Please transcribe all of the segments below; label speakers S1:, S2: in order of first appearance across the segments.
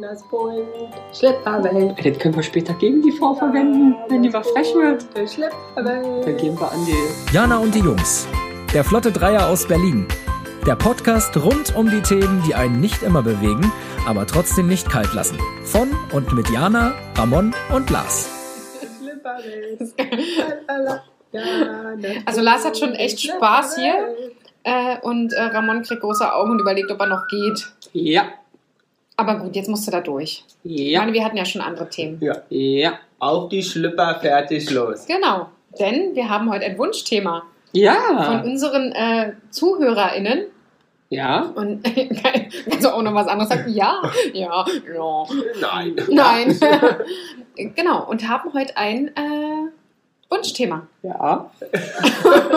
S1: das Polen Schlepperwelt.
S2: Den können wir später gegen die Frau verwenden, wenn die was frech wird.
S1: Die
S2: Dann
S1: Schlepperwelt.
S2: gehen wir an die.
S3: Jana und die Jungs. Der Flotte Dreier aus Berlin. Der Podcast rund um die Themen, die einen nicht immer bewegen, aber trotzdem nicht kalt lassen. Von und mit Jana, Ramon und Lars.
S1: Schlepperwelt.
S4: Das ist geil.
S1: Ja, das
S4: Also Lars hat schon
S1: Polen-
S4: echt Spaß hier.
S1: Schlepperwelt.
S4: Äh, und äh, Ramon kriegt große Augen und überlegt, ob er noch geht.
S2: Ja,
S4: Aber gut, jetzt musst du da durch. Ich
S2: ja,
S4: meine, wir hatten ja schon andere Themen.
S2: ja, ja.
S5: Auf die Schlüpper, fertig, los.
S4: Genau, denn wir haben heute ein Wunschthema
S5: Ah.
S4: von
S2: Ja,
S4: unseren äh, ZuhörerInnen.
S2: ja.
S4: Und kannst du auch noch was anderes sagen? Ja, ja, ja,
S5: Nein.
S4: nein. genau, und haben heute ein äh, Wunschthema.
S2: Ja,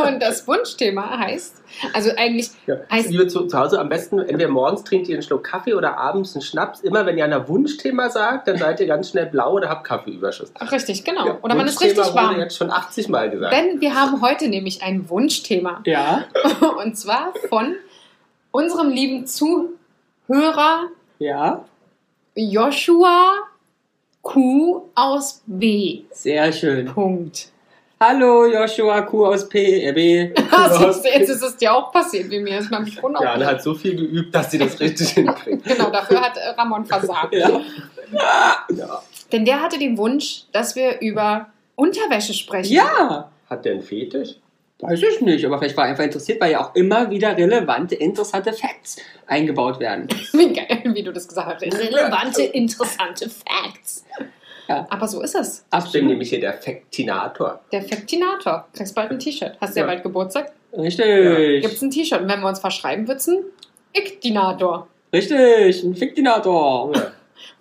S4: und das Wunschthema heißt, also eigentlich,
S5: Ja.
S4: Heißt-
S5: Liebe zu, zu Hause, am besten, entweder morgens trinkt ihr einen Schluck Kaffee oder abends einen Schnaps. Immer wenn Jana Wunschthema sagt, dann seid ihr ganz schnell blau oder habt Kaffeeüberschuss.
S4: ach, richtig, genau.
S5: Ja,
S4: Oder man ist
S5: Wunschthema
S4: richtig
S5: wurde
S4: warm.
S5: jetzt schon 80 Mal gesagt.
S4: Denn wir haben heute nämlich ein Wunschthema.
S2: ja,
S4: Und zwar von unserem lieben Zuhörer
S2: ja.
S4: Joshua Q aus B.
S2: Sehr schön.
S4: Punkt.
S2: Hallo Joshua Q aus E PRB.
S4: Also, jetzt ist es dir auch passiert wie mir. Das ist mein Mikrofon auch.
S2: ne?
S5: Jana hat so viel geübt, dass sie das richtig hinkriegt.
S4: Genau, dafür hat äh, Ramon versagt.
S2: Ja.
S5: Ja.
S4: Denn der hatte den Wunsch, dass wir über Unterwäsche sprechen.
S2: ja,
S5: Hat der einen Fetisch?
S2: weiß ich nicht, aber vielleicht war er einfach interessiert, weil ja auch immer wieder relevante, interessante Facts eingebaut werden.
S4: Wie geil, wie du das gesagt hast. Relevante, interessante Facts.
S2: Ja.
S4: Aber so ist es.
S5: Ich bin nämlich hier der Fektinator.
S4: Der Fektinator. Kriegst bald ein T-Shirt. Hast du ja
S5: Ja.
S4: bald Geburtstag.
S2: Richtig.
S4: Gibt's ein T-Shirt. Und wenn wir uns verschreiben, wird's ein Iktinator.
S2: Richtig, ein Fiktinator.
S5: Ja.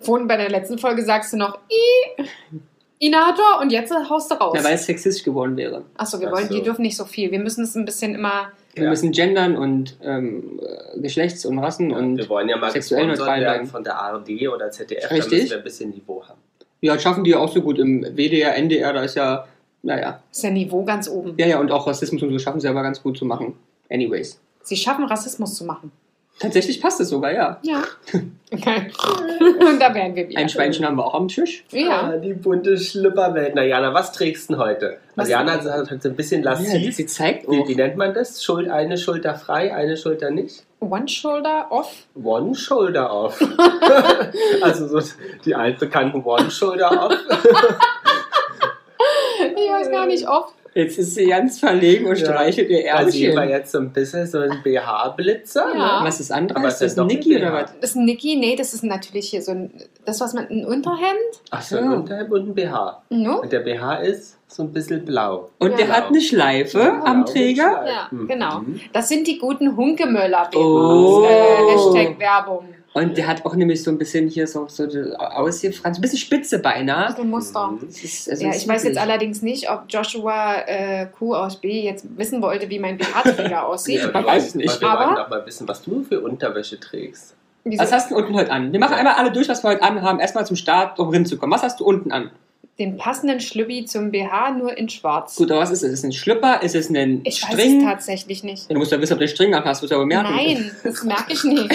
S4: Vorhin bei der letzten Folge sagst du noch I, Inator und jetzt haust du raus.
S2: Ja, weil es sexistisch geworden wäre.
S4: Achso, wir
S5: Ach
S4: wollen,
S5: so.
S4: die dürfen nicht so viel. Wir müssen es ein bisschen immer.
S2: Wir
S5: Ja.
S2: müssen gendern und ähm, äh, Geschlechts und Rassen
S5: wir
S2: und
S5: wollen ja mal
S2: sexuell
S5: gesponsert
S2: neutral bleiben.
S5: werden von der ARD oder ZDF,
S2: Richtig.
S5: da müssen wir ein bisschen Niveau haben.
S2: ja, schaffen die auch so gut im WDR, NDR, da ist ja, naja,
S4: Ist ja Niveau ganz oben.
S2: ja, ja, und auch Rassismus und so schaffen sie aber ganz gut zu machen. Anyways.
S4: Sie schaffen Rassismus zu machen.
S2: Tatsächlich passt es sogar, ja.
S4: Ja. Okay. und da wären wir wieder.
S2: Ein Schweinchen haben wir auch am Tisch.
S4: Ja.
S5: Ah, die bunte Schlipperwelt. Na Jana, was trägst du denn heute?
S4: Was-
S5: Also Jana hat heute so ein bisschen
S2: Ja,
S5: lassiv.
S2: sie zeigt
S5: wie,
S2: auch.
S5: wie nennt man das? Schul eine Schulter frei, eine Schulter nicht?
S4: One shoulder off.
S5: One Shoulder off. also so die altbekannten One Shoulder off.
S4: Ich weiß gar nicht, off.
S2: Jetzt ist sie ganz verlegen und
S5: Ja.
S2: streichelt ihr
S5: Also hier war
S2: Ärmchen.
S5: jetzt so ein bisschen so ein BH-Blitzer.
S4: Ja.
S5: Ne?
S2: Was ist andere?
S5: Aber
S2: Ist
S5: es ist
S2: das
S5: doch
S2: Niki
S5: ein
S2: oder
S5: BH.
S2: was?
S4: Das ist ein Niki. Nee, das ist natürlich hier so ein. Das, was man. Ein Unterhemd? ne?
S5: Ach so, ein Unterhemd und ein BH.
S4: No?
S5: Und der BH ist so ein bisschen blau.
S2: Und
S4: Ja.
S2: der hat eine Schleife
S5: Ja,
S2: am
S5: blau
S2: Träger.
S5: und
S4: Ja,
S5: schwarz. Mhm.
S4: genau. Das sind die guten Hunkemöller.
S2: Oh.
S4: Äh, Hashtag Werbung.
S2: Und der hat auch nämlich so ein bisschen hier so, so ausgefranst, ein bisschen spitze beinahe.
S4: Ein Muster.
S5: Mhm.
S2: Das ist- also
S4: Ja,
S2: das
S4: ich
S2: ist
S4: weiß jetzt
S2: wirklich-
S4: allerdings nicht, ob Joshua äh, Q aus B jetzt wissen wollte, wie mein BH-Träger aussieht.
S5: Ja,
S2: Man weiß es nicht,
S5: Wir
S4: aber-
S5: wollen doch mal wissen, was du für Unterwäsche trägst.
S4: Wieso?
S2: Was hast du unten heute an? Wir machen einmal alle durch, was wir heute anhaben. Erstmal zum Start, um hinzukommen. Was hast du unten an?
S4: Den passenden Schlübbi zum BH nur in schwarz.
S2: Gut, aber was ist es? Ist es ein Schlüpper? Ist es ein
S4: ich weiß
S2: String?
S4: es tatsächlich nicht.
S2: Ja, du musst ja wissen, ob du einen String an hast, wirst du aber merken.
S4: Nein, das merke ich nicht.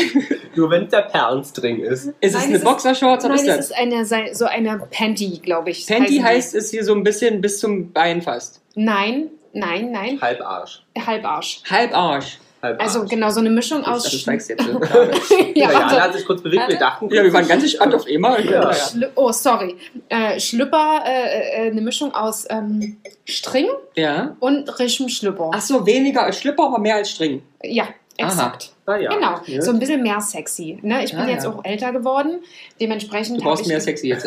S5: Nur wenn der Perlenstring ist.
S2: Ist es
S4: Nein,
S2: eine
S4: es ist-
S2: Boxershorts?
S4: Nein,
S2: Was
S4: es
S2: ist das?
S4: ist eine, sei- so eine Panty, glaube ich.
S2: Panty
S4: heißen die.
S2: heißt es hier so ein bisschen bis zum Bein fast.
S4: Nein, nein, nein.
S5: Halb Arsch.
S4: Halbarsch.
S2: Halb Arsch.
S5: Halb
S4: Also
S5: Arsch.
S4: genau, so eine Mischung
S2: Das
S4: aus...
S2: das
S4: Sch-
S2: zeigst du jetzt so. ja,
S4: ja,
S5: Ja,
S4: also
S5: Jana
S4: warte.
S5: hat sich kurz bewegt. Wir dachten,
S2: wir waren ganz gespannt auf einmal.
S5: Ja.
S2: Ja.
S4: Schlü- Oh, sorry. Äh, Schlüpper, äh, äh, eine Mischung aus ähm, String
S2: ja.
S4: und richem Schlüpper.
S2: Ach so, weniger als Schlüpper, aber mehr als String.
S4: Ja, exakt.
S5: Na ja.
S4: Genau,
S5: Ja.
S4: so ein bisschen mehr sexy. Ne? Ich bin
S2: Ah,
S4: jetzt
S2: ja.
S4: auch älter geworden, dementsprechend
S2: Du
S4: habe
S2: brauchst
S4: ich,
S2: mehr sexy jetzt.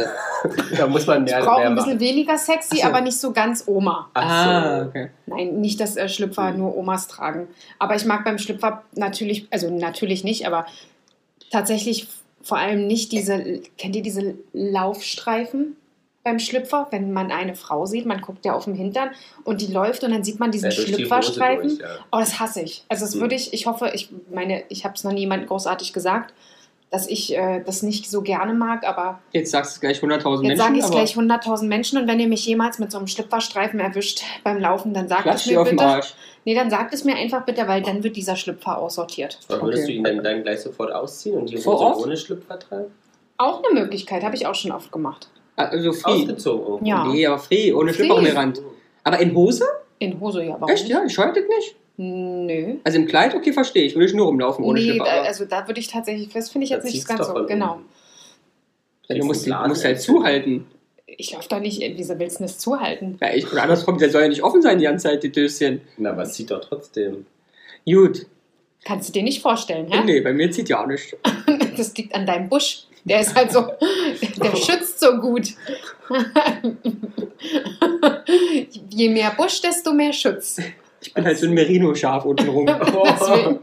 S5: Da muss man mehr,
S4: ich brauche
S5: mehr
S4: ein
S5: machen.
S4: bisschen weniger
S2: Ach
S4: sexy,
S2: so.
S4: aber nicht so ganz Oma.
S2: Ah,
S5: Ach so.
S2: okay.
S4: Nein, nicht, dass äh, Schlüpfer
S2: Hm.
S5: Mhm.
S4: nur Omas tragen. Aber ich mag beim Schlüpfer natürlich, also natürlich nicht, aber tatsächlich vor allem nicht diese, kennt ihr diese Laufstreifen? Beim Schlüpfer, wenn man eine Frau sieht, man guckt ja auf dem Hintern und die läuft und dann sieht man diesen
S5: Ja, durch die Hose
S4: Schlüpferstreifen.
S5: durch, ja.
S4: Oh, das hasse ich. Also das
S5: Hm.
S4: würde ich, ich hoffe, ich meine, ich habe es noch niemandem großartig gesagt, dass ich äh, das nicht so gerne mag, aber
S2: Jetzt sagst du gleich 100.000 Menschen.
S4: jetzt sage ich es
S2: aber
S4: gleich 100.000 Menschen und wenn ihr mich jemals mit so einem Schlüpferstreifen erwischt beim Laufen, dann sagt
S2: Klatsch
S4: es
S2: dir
S4: mir
S2: auf den
S4: bitte.
S2: Arsch.
S4: Nee, dann sagt es mir einfach bitte, weil dann wird dieser Schlüpfer aussortiert.
S5: Aber Würdest
S2: Okay.
S5: du ihn dann, dann gleich sofort ausziehen und die
S2: Vor Ort?
S5: Hose ohne Schlüpfer tragen?
S4: Auch eine Möglichkeit, habe ich auch schon oft gemacht.
S2: Also free.
S5: Ausgezogen. irgendwie.
S4: Ja.
S2: Nee, aber free, ohne
S4: Free.
S2: Schlipper um den Rand. Aber in Hose?
S4: In Hose, ja. Warum?
S2: Echt? Ja, die scheuert nicht.
S4: Nö.
S2: Also im Kleid, okay, verstehe ich. Würde ich nur rumlaufen ohne
S4: nee,
S2: Schlipper.
S4: da,
S2: aber-
S4: also da würde ich tatsächlich, das finde ich
S5: Da
S4: jetzt nicht
S5: zieht's
S4: ganz
S5: doch
S4: so,
S5: von
S4: genau.
S5: unten.
S2: Ja, du musst,
S5: Laden
S2: musst halt
S5: essen.
S2: zuhalten.
S4: Ich laufe da nicht, wieso willst du denn das zuhalten?
S2: Ja, ich, oder andersrum, der soll ja nicht offen sein die ganze Zeit, die Döschen.
S5: Na, aber es zieht doch trotzdem.
S2: Gut.
S4: Kannst du dir nicht vorstellen, hä?
S2: Nee, bei mir zieht ja auch nichts.
S4: Das liegt an deinem Busch. Der ist halt so, der schützt so gut. Je mehr Busch, desto mehr Schutz.
S2: Ich bin halt so ein Merino-Schaf untenrum.
S4: Deswegen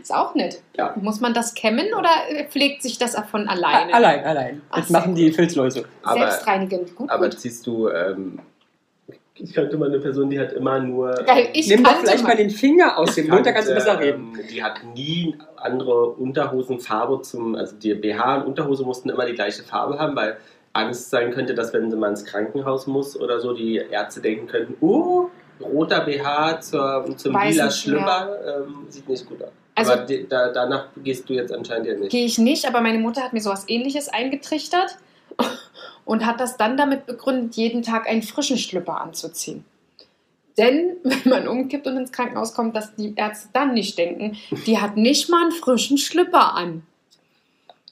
S4: ist auch nett.
S5: Ja.
S4: Muss man das kämmen oder pflegt sich das von alleine?
S2: allein, allein.
S4: Ach,
S2: Das
S4: sehr
S2: machen die Filzläuse.
S5: Aber,
S4: Selbstreinigend. Gut,
S5: aber
S4: gut.
S5: ziehst du. Ähm, ich kannte mal eine Person, die hat immer nur.
S4: Geil, ich
S2: Nimm doch
S4: kannte
S2: vielleicht
S4: mal-
S2: mal den Finger aus dem Mund, da kannst du
S5: kannte,
S2: besser reden.
S5: ähm, Die hat nie andere Unterhosenfarbe zum. Also die BH und Unterhose mussten immer die gleiche Farbe haben, weil Angst sein könnte, dass wenn sie mal ins Krankenhaus muss oder so, die Ärzte denken könnten: Oh, roter BH zur, zum
S4: Weiß
S5: lila
S4: nicht mehr.
S5: Schlüpper ähm, sieht nicht gut aus.
S4: Also-
S5: aber die, da, danach gehst du jetzt anscheinend ja nicht.
S4: Gehe ich nicht, aber meine Mutter hat mir sowas ähnliches eingetrichtert und hat das dann damit begründet, jeden Tag einen frischen Schlüpper anzuziehen. Denn wenn man umkippt und ins Krankenhaus kommt, dass die Ärzte dann nicht denken, die hat nicht mal einen frischen Schlüpper an.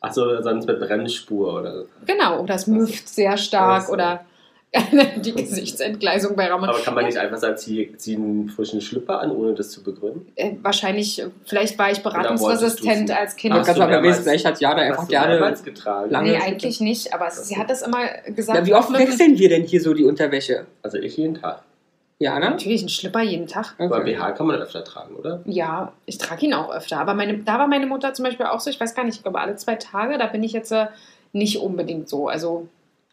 S5: Achso, sonst mit Bremsspur oder so.
S4: Genau, oder es müfft sehr stark
S5: Also.
S4: oder die Gesichtsentgleisung bei Ramon.
S5: Aber kann man nicht einfach sagen, zieh, zieh einen frischen Schlüpper an, ohne das zu begründen?
S4: Äh, wahrscheinlich, äh, vielleicht war ich
S5: wolltest
S4: beratungsresistent
S5: du's?
S4: als
S2: Ich
S4: Kind.
S5: Ach,
S2: ganz
S5: Hast du
S2: mal
S5: mehrmals-
S2: gewesen, vielleicht hat Jana einfach
S5: Hast du mehrmals
S2: gerne.
S5: getragen?
S2: lange-
S4: nee, eigentlich nicht, aber sie hat das immer gesagt.
S2: Ja, wie oft
S4: auch mit einem-
S2: wechseln wir denn hier so die Unterwäsche?
S5: Also ich jeden Tag.
S2: Jana?
S4: Natürlich einen Schlüpper jeden Tag.
S5: Aber
S2: Okay.
S5: BH kann man öfter tragen, oder?
S4: Ja, ich trage ihn auch öfter. Aber meine, da war meine Mutter zum Beispiel auch so, ich weiß gar nicht, ich glaube alle zwei Tage, da bin ich jetzt äh, nicht unbedingt so. Also,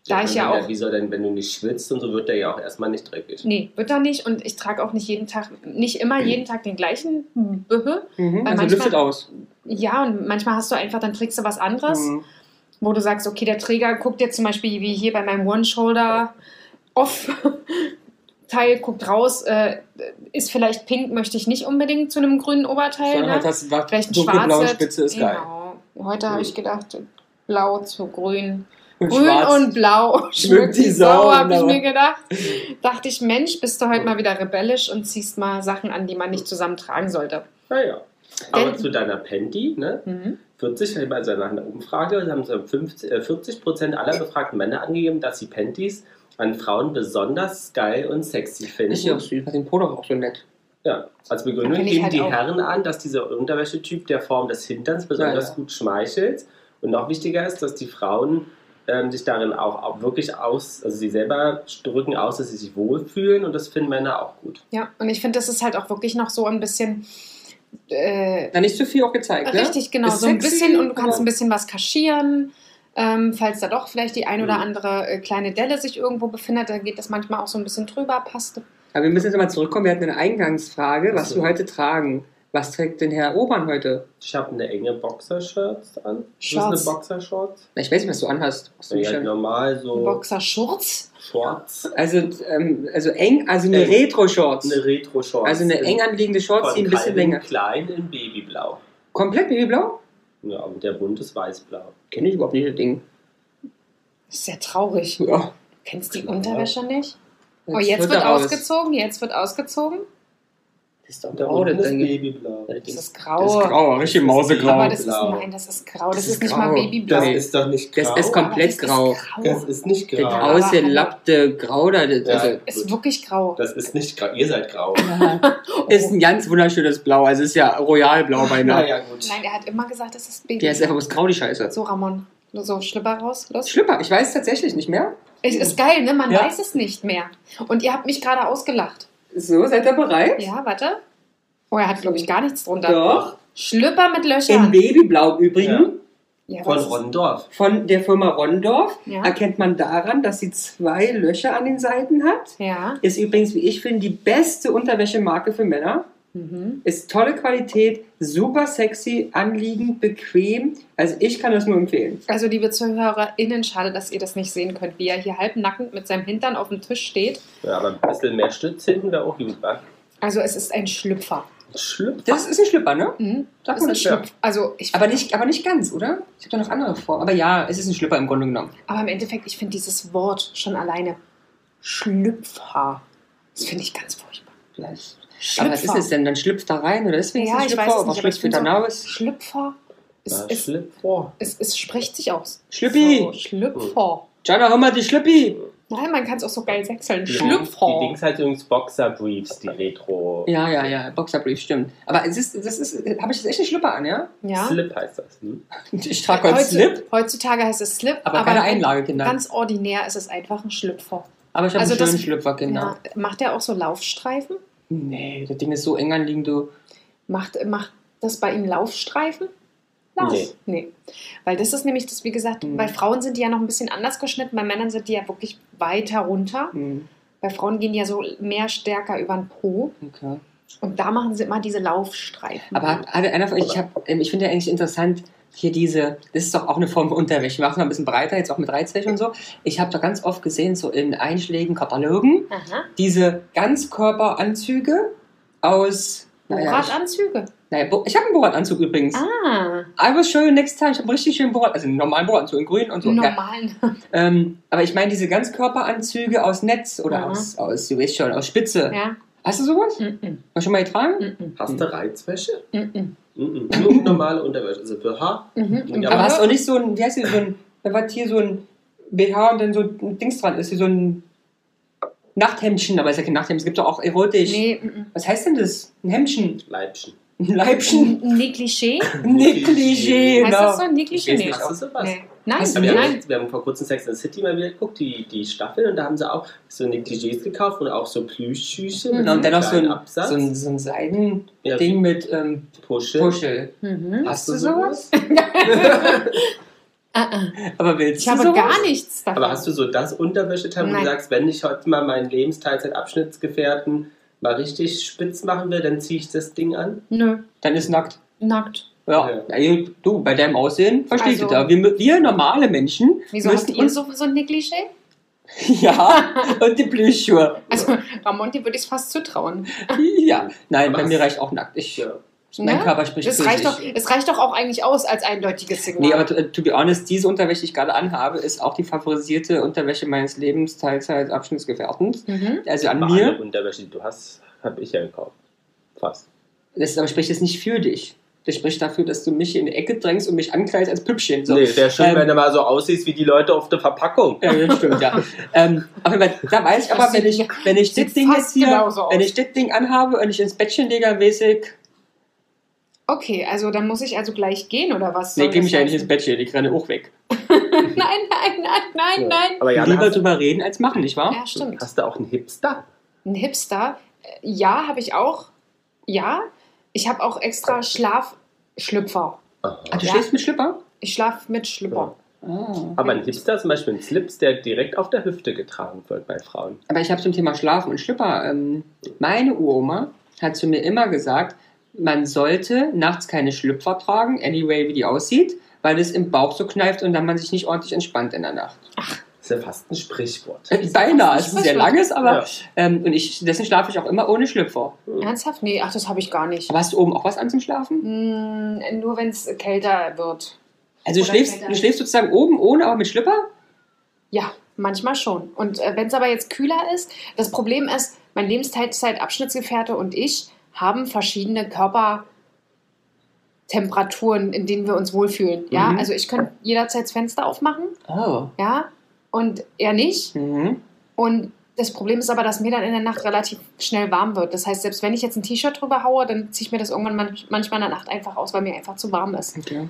S4: Da ich ja
S5: meine, wenn der-
S4: auch- Hm.
S5: Wie soll denn, wenn du nicht schwitzt und so, wird der ja auch erstmal nicht dreckig.
S4: nee, wird da nicht. Und ich trage auch nicht jeden Tag, nicht immer jeden Tag den gleichen Böhe.
S2: Mhm,
S4: Weil
S2: also
S4: manchmal-
S2: lüftet aus.
S4: Ja, und manchmal hast du einfach, dann trägst du was anderes,
S2: Mhm.
S4: wo du sagst, okay, der Träger guckt jetzt zum Beispiel wie hier bei meinem One-Shoulder-Off-Teil, guckt raus, äh, ist vielleicht pink, möchte ich nicht unbedingt zu einem grünen Oberteil.
S2: Sondern
S4: Ne?
S2: halt, das war
S4: Vielleicht ein
S2: dunkelblaue
S4: schwarzes.
S2: Spitze ist geil.
S4: genau. Heute habe ich gedacht, blau zu grün.
S2: Und
S4: Grün
S2: schwarz.
S4: und blau schmückt die Sau, habe ich mir gedacht. Dachte ich, Mensch, bist du heute mal wieder rebellisch und ziehst mal Sachen an, die man nicht zusammen tragen sollte.
S5: Naja. Aber
S4: Denn-
S5: zu deiner Panty, ne?
S4: Mhm.
S5: 40, bei seiner Umfrage haben so 50, äh, 40 Prozent aller befragten Männer angegeben, dass sie Panties an Frauen besonders geil und sexy finden.
S2: Ist ja auch süß, hat den Po doch auch so nett.
S5: Ja, als
S4: Da
S5: Begründung
S4: bin ich
S5: geben
S4: halt
S5: die
S4: auch-
S5: Herren an, dass dieser Unterwäschetyp der Form des Hinterns besonders
S2: Ja, ja.
S5: gut schmeichelt. Und noch wichtiger ist, dass die Frauen ähm, sich darin auch, auch wirklich aus, also sie selber drücken aus, dass sie sich wohlfühlen und das finden Männer auch gut.
S4: Ja, und ich finde, das ist halt auch wirklich noch so ein bisschen. Äh,
S2: Na, nicht zu viel auch gezeigt, ne?
S4: Richtig, genau.
S2: Ist
S4: so ein
S2: sexy,
S4: bisschen und du kannst
S2: aber-
S4: ein bisschen was kaschieren. Ähm, falls da doch vielleicht die ein oder
S5: Mhm.
S4: andere äh, kleine Delle sich irgendwo befindet, da geht das manchmal auch so ein bisschen drüber, passt.
S2: Aber wir müssen jetzt mal zurückkommen. Wir hatten eine Eingangsfrage, was
S5: Ach so.
S2: wir heute tragen. Was trägt denn Herr Obern heute?
S5: Ich habe eine enge Boxershirts an.
S4: Shorts.
S5: Ist das eine Boxershorts?
S2: Na, ich weiß nicht, was du anhast. Hast du
S5: Ja, genau.
S2: schon-
S5: normal
S2: Oh.
S5: so
S4: Boxershorts?
S5: Shorts.
S2: Also, ähm, also eng, also eine
S5: Eng.
S2: Retro-Shorts.
S5: Eine Retro-Shorts.
S2: Also eine
S5: in-
S2: eng anliegende Shorts,
S5: von
S2: die ein bisschen
S5: Calvin
S2: länger.
S5: Klein in Babyblau.
S2: Komplett Babyblau?
S5: Ja, und der Bund ist weißblau.
S2: Kenne ich überhaupt nicht das Ding.
S4: Das ist ja traurig. Du
S2: Ja.
S4: kennst die
S5: Ja.
S4: Unterwäsche nicht? oh, jetzt wird
S2: er raus.
S4: ausgezogen, jetzt wird ausgezogen.
S2: Das ist doch
S5: Und der
S2: grau,
S5: Bund
S2: Oh, das
S5: ist
S2: Ding.
S5: Babyblau.
S2: Das
S4: Das
S2: ist
S4: ist grau.
S2: grau, richtig
S4: Aber
S2: mausegrau.
S4: das ist,
S5: Blau.
S4: nein, das ist grau. Das,
S2: Das
S4: ist,
S2: ist
S4: nicht
S2: grau.
S4: mal
S5: Das
S4: Babyblau.
S2: Nee.
S5: ist doch nicht grau.
S2: Das ist
S4: Aber
S2: komplett
S4: das ist
S2: grau.
S4: grau.
S5: Das ist nicht
S2: Der
S5: grau.
S2: ausgelappte Grau da. Das,
S5: Ja.
S2: also,
S4: Ist wirklich grau. Oh.
S5: Das ist nicht grau. Ihr seid grau.
S2: ist ein ganz wunderschönes Blau. Also es ist ja royalblau beinahe.
S5: Naja, gut.
S4: Nein, er hat immer gesagt, das ist
S2: Der ist
S4: Baby.
S2: einfach bloß grau, die Scheiße.
S4: So, Ramon. Nur so Schlipper raus. Los.
S2: Schlüpper, ich weiß es tatsächlich nicht mehr.
S4: Es ist geil, ne? Man
S2: Ja.
S4: weiß es nicht mehr. Und ihr habt mich gerade ausgelacht.
S2: So, seid ihr bereit?
S4: Ja, warte. Oh, er hat, glaube ich, gar nichts drunter.
S2: Doch.
S4: Schlüpper mit
S2: In
S4: Löchern.
S2: Babyblau im Übrigen.
S4: ja,
S5: Von
S4: was-
S5: Rondorf.
S2: Von der Firma Rondorf
S4: Ja.
S2: erkennt man daran, dass sie zwei Löcher an den Seiten hat.
S4: Ja.
S2: Ist übrigens, wie ich finde, die beste Unterwäschemarke für Männer.
S4: Mhm.
S2: Ist tolle Qualität, super sexy, anliegend, bequem. Also ich kann das nur empfehlen.
S4: Also, liebe ZuhörerInnen, schade, dass ihr das nicht sehen könnt, wie er hier halbnackend mit seinem Hintern auf dem Tisch steht.
S5: Ja, aber ein bisschen mehr Stütz hinten wäre auch gut, wa?
S4: Also, es ist ein Schlüpfer.
S5: Schlüpfer.
S2: Das ist ein Schlüpper, ne?
S4: Mhm.
S2: Sagt
S4: Das ist
S2: man
S4: ein
S2: das ja.
S4: Schlüpf. Also ich
S2: Aber nicht, aber nicht ganz, oder? Ich habe da noch andere vor. Aber ja, es ist ein Schlüpper im Grunde genommen.
S4: Aber im Endeffekt, ich finde dieses Wort schon alleine Schlüpfer. Das finde ich ganz furchtbar.
S2: Vielleicht.
S4: Schlüpfer.
S2: Aber was ist es denn? Dann schlüpft da rein oder deswegen
S4: Ja,
S2: ist
S4: ich
S2: es ein
S4: weiß
S2: Schlüpfer? Aber
S4: es nicht, aber ich
S2: schlüpft wieder
S4: bin so-
S2: raus?
S4: Schlüpfer. Es,
S5: Na,
S4: es,
S5: Schlüpfer.
S4: es, es spricht sich aus.
S2: Schlüppi!
S4: So, Schlüpfer.
S2: Jana, hör mal die Schlüppi!
S4: Nein, man kann es auch so geil sechseln.
S5: Die-
S4: Schlüpfer.
S5: Die Dings halt übrigens Boxer Briefs, die Retro.
S2: Ja, ja, ja, Boxerbrief, stimmt. Aber es ist, das ist, habe ich jetzt echt einen Schlüpper an, ja?
S4: Ja. Mhm.
S5: Slip heißt das. Hm?
S2: Ich trage heute Slip,
S4: Heutzutage heißt es Slip,
S2: aber, keine Einlage, Kinder.
S4: Ganz ordinär ist es einfach ein Schlüpfer.
S2: aber ich habe
S4: also
S2: einen schönen
S4: das-
S2: Schlüpfer, Kinder.
S4: Ja. Macht der auch so Laufstreifen?
S2: Nee, das Ding ist so eng anliegend, du.
S4: Macht, macht das bei ihm Laufstreifen? Lauf.
S5: Nee.
S4: Nee. Weil das ist nämlich das, wie gesagt,
S2: Mhm.
S4: bei Frauen sind die ja noch ein bisschen anders geschnitten, bei Männern sind die ja wirklich weiter runter.
S2: Hm,
S4: Bei Frauen gehen die ja so mehr stärker über den Po.
S2: okay.
S4: Und da machen sie immer diese Laufstreifen.
S2: Aber hat, hat einer von euch, ich, hab, ähm, ich finde ja eigentlich interessant, hier diese, das ist doch auch eine Form von Unterwäsche. Wir machen es mal ein bisschen breiter, jetzt auch mit Reizwäsche und so. Ich habe da ganz oft gesehen, so in Einschlägen, Katalogen,
S4: Aha.
S2: diese Ganzkörperanzüge aus. Naja, ich,
S4: Radanzüge.
S2: naja, Bo- ich habe einen Borat-Anzug übrigens.
S4: Ah,
S2: I was showing next time. Ich habe einen richtig schönen Borat, also einen normalen Borat-Anzug in grün und so. Ja.
S4: normalen.
S2: Ähm, aber ich meine diese Ganzkörperanzüge aus Netz oder
S4: Aha.
S2: aus, aus, du weißt schon, aus Spitze.
S4: Ja.
S2: Hast du sowas?
S4: Mm-mm.
S2: Hast du schon mal getragen?
S4: Mm-mm.
S5: Hast du Reizwäsche?
S4: Mm-mm.
S5: Mhm. Nur normale Unterwäsche. Also BH.
S4: Mhm.
S5: Ja,
S2: Aber
S5: Aber-
S2: hast du auch nicht so ein, wie heißt die, so ein, da war hier so ein BH und dann so ein Dings dran ist, hier so ein Nachthemdchen, aber es ist ja kein Nachthemd, es gibt doch auch erotisch.
S4: Nee, mm, mm-mm.
S2: Was heißt denn das? Ein Hemdchen,
S5: Leibchen.
S2: ein Leibchen,
S4: Nee, Klischee?
S2: ein Negligé,
S4: Heißt das
S2: genau.
S4: so? Nee, Klischee
S2: Ich weiß
S4: nicht.
S2: nicht.
S5: Hast du sowas?
S4: Nee. Nein,
S2: Hast du
S5: Ja, wir,
S4: nein.
S5: haben, wir haben vor kurzem Sex in the City mal wieder geguckt, die, die Staffel, und da haben sie auch so Negligés gekauft und auch so Plüschschüche
S4: Mhm.
S5: mit
S2: Genau, und dann noch so
S5: kleinen
S2: ein,
S5: Absatz.
S2: so ein, so ein Seidending
S5: ja,
S2: mit ähm,
S5: Puschel.
S2: Puschel.
S4: Mhm.
S2: Hast du sowas?
S4: Ah, ah.
S2: Aber willst
S4: Ich
S2: du
S4: habe
S2: sowas?
S4: gar nichts davon.
S5: Aber hast du so das Unterwäscheteil, wo du
S4: Nein.
S5: sagst, wenn ich heute mal meinen Lebensteilzeitabschnittsgefährten mal richtig spitz machen will, dann ziehe ich das Ding an?
S4: Nö,
S2: Dann ist nackt.
S4: nackt.
S2: Ja, ja, du, bei deinem Aussehen verstehe ich
S4: Also-
S2: da. Wir, wir normale Menschen
S4: Wieso hast
S2: müssen
S4: ihr
S2: uns.
S4: so, so ein Negligé?
S2: Ja, und die Plüschschuhe.
S4: Also Ramon, dir würde ich es fast zutrauen.
S2: Ja, nein,
S5: Aber
S2: bei mir
S5: hast-
S2: reicht auch nackt. Ich,
S5: Ja.
S2: Mein
S4: Ne?
S2: Körper spricht
S4: Es
S2: für
S4: reicht,
S2: sich.
S4: doch, eh. es reicht doch auch eigentlich aus als eindeutiges Signal.
S2: Nee, aber äh, to, to be honest, diese Unterwäsche, die ich gerade anhabe, ist auch die favorisierte Unterwäsche meines Lebens, Teilzeitabschnittsgefährten.
S4: mhm.
S2: Also an
S5: Aber
S2: mir.
S5: alle Unterwäsche, die du hast, habe ich ja gekauft. Fast.
S2: Das aber spricht jetzt nicht für dich. Das spricht dafür, dass du mich in die Ecke drängst und mich ankleidest als Püppchen. So.
S5: Nee, wäre schön,
S2: Ähm,
S5: wenn du mal so aussiehst wie die Leute auf der Verpackung.
S2: Ja, das stimmt, ja. ähm, auf jeden Fall, da weiß ich aber, wenn ich, wenn ich das
S4: Sieht
S2: Ding jetzt
S4: fast
S2: hier,
S4: genauso aus.
S2: wenn ich das Ding anhabe und ich ins Bettchen lege, weiß ich,
S4: Okay, also dann muss ich also gleich gehen oder was?
S2: nee,
S4: soll
S2: geh
S4: das
S2: mich ja nicht ins
S4: heißen?
S2: Bettchen, ich renne auch weg.
S4: Nein, nein, nein, nein,
S5: Ja.
S4: nein.
S5: Aber Jana,
S2: Lieber
S5: hast,
S2: drüber reden als machen, nicht wahr?
S4: Ja, stimmt.
S5: hast du auch einen Hipster?
S4: Ein Hipster. Äh, Ja, habe ich auch. Ja, ich habe auch extra Schlafschlüpfer.
S2: Ah, du
S4: Ja.
S2: schläfst mit Schlipper?
S4: Ich schlafe mit Schlüpper.
S2: Ah.
S5: Aber ein Hipster ist zum Beispiel ein Slips, der direkt auf der Hüfte getragen wird bei Frauen.
S2: Aber ich habe zum Thema Schlafen und Schlipper. Ähm, meine Uroma hat zu mir immer gesagt, man sollte nachts keine Schlüpfer tragen, anyway, wie die aussieht, weil es im Bauch so kneift und dann man sich nicht ordentlich entspannt in der Nacht.
S5: Das ist ja fast ein Sprichwort.
S2: Äh, Beinahe, es ist ein sehr langes, aber.
S5: Ja.
S2: Ähm, und ich, deswegen schlafe ich auch immer ohne Schlüpfer.
S4: Ernsthaft? Nee, ach, das habe ich gar nicht.
S2: Aber hast du oben auch was an zum Schlafen?
S4: Hm, nur wenn es kälter wird.
S2: Also du
S4: Oder
S2: schläfst,
S4: kälter.
S2: du schläfst sozusagen oben ohne, aber mit Schlüpper?
S4: Ja, manchmal schon. Und äh, wenn es aber jetzt kühler ist, das Problem ist, mein Lebensteilzeitabschnittsgefährte und ich haben verschiedene Körpertemperaturen, in denen wir uns wohlfühlen. Ja,
S2: Mhm.
S4: also ich könnte jederzeit das Fenster aufmachen,
S2: Oh.
S4: ja, und er nicht.
S2: Mhm.
S4: Und das Problem ist aber, dass mir dann in der Nacht relativ schnell warm wird. Das heißt, selbst wenn ich jetzt ein T-Shirt drüber haue, dann ziehe ich mir das irgendwann manch- manchmal in der Nacht einfach aus, weil mir einfach zu warm ist.
S2: Okay.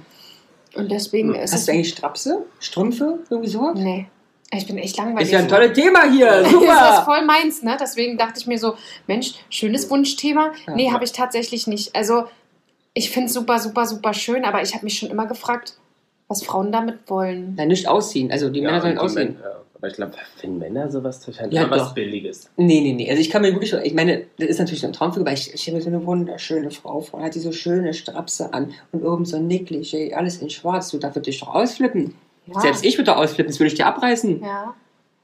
S4: Und deswegen
S5: Hm.
S4: ist
S2: Hast du
S4: es.
S2: eigentlich Strapse? Strümpfe? Irgendwie sowas?
S4: Nee. Ich bin echt langweilig.
S2: Ist ja ein tolles Thema hier.
S4: Das ist
S2: Super.
S4: voll meins, ne? Deswegen dachte ich mir so, Mensch, schönes Wunschthema. Nee,
S2: Ja.
S4: habe ich tatsächlich nicht. Also, ich finde es super, super, super schön, aber ich habe mich schon immer gefragt, was Frauen damit wollen.
S2: Nein, nicht ausziehen. Also die Männer
S5: und
S2: sollen
S5: die
S2: aussehen.
S5: Männer, ja. aber ich glaube, wenn Männer sowas zu finden,
S2: Ja,
S5: ja, was
S2: doch.
S5: Billiges.
S2: Nee, nee, nee. Also ich kann mir wirklich, ich meine, das ist natürlich so ein Traumfigur, aber ich, ich habe so eine wunderschöne Frau vor, hat die so schöne Strapse an und oben so ein Nickliche, alles in schwarz. Du, da würde ich doch ausflippen.
S4: Ja.
S2: Selbst ich würde doch ausflippen, das würde ich dir abreißen.
S4: Ja.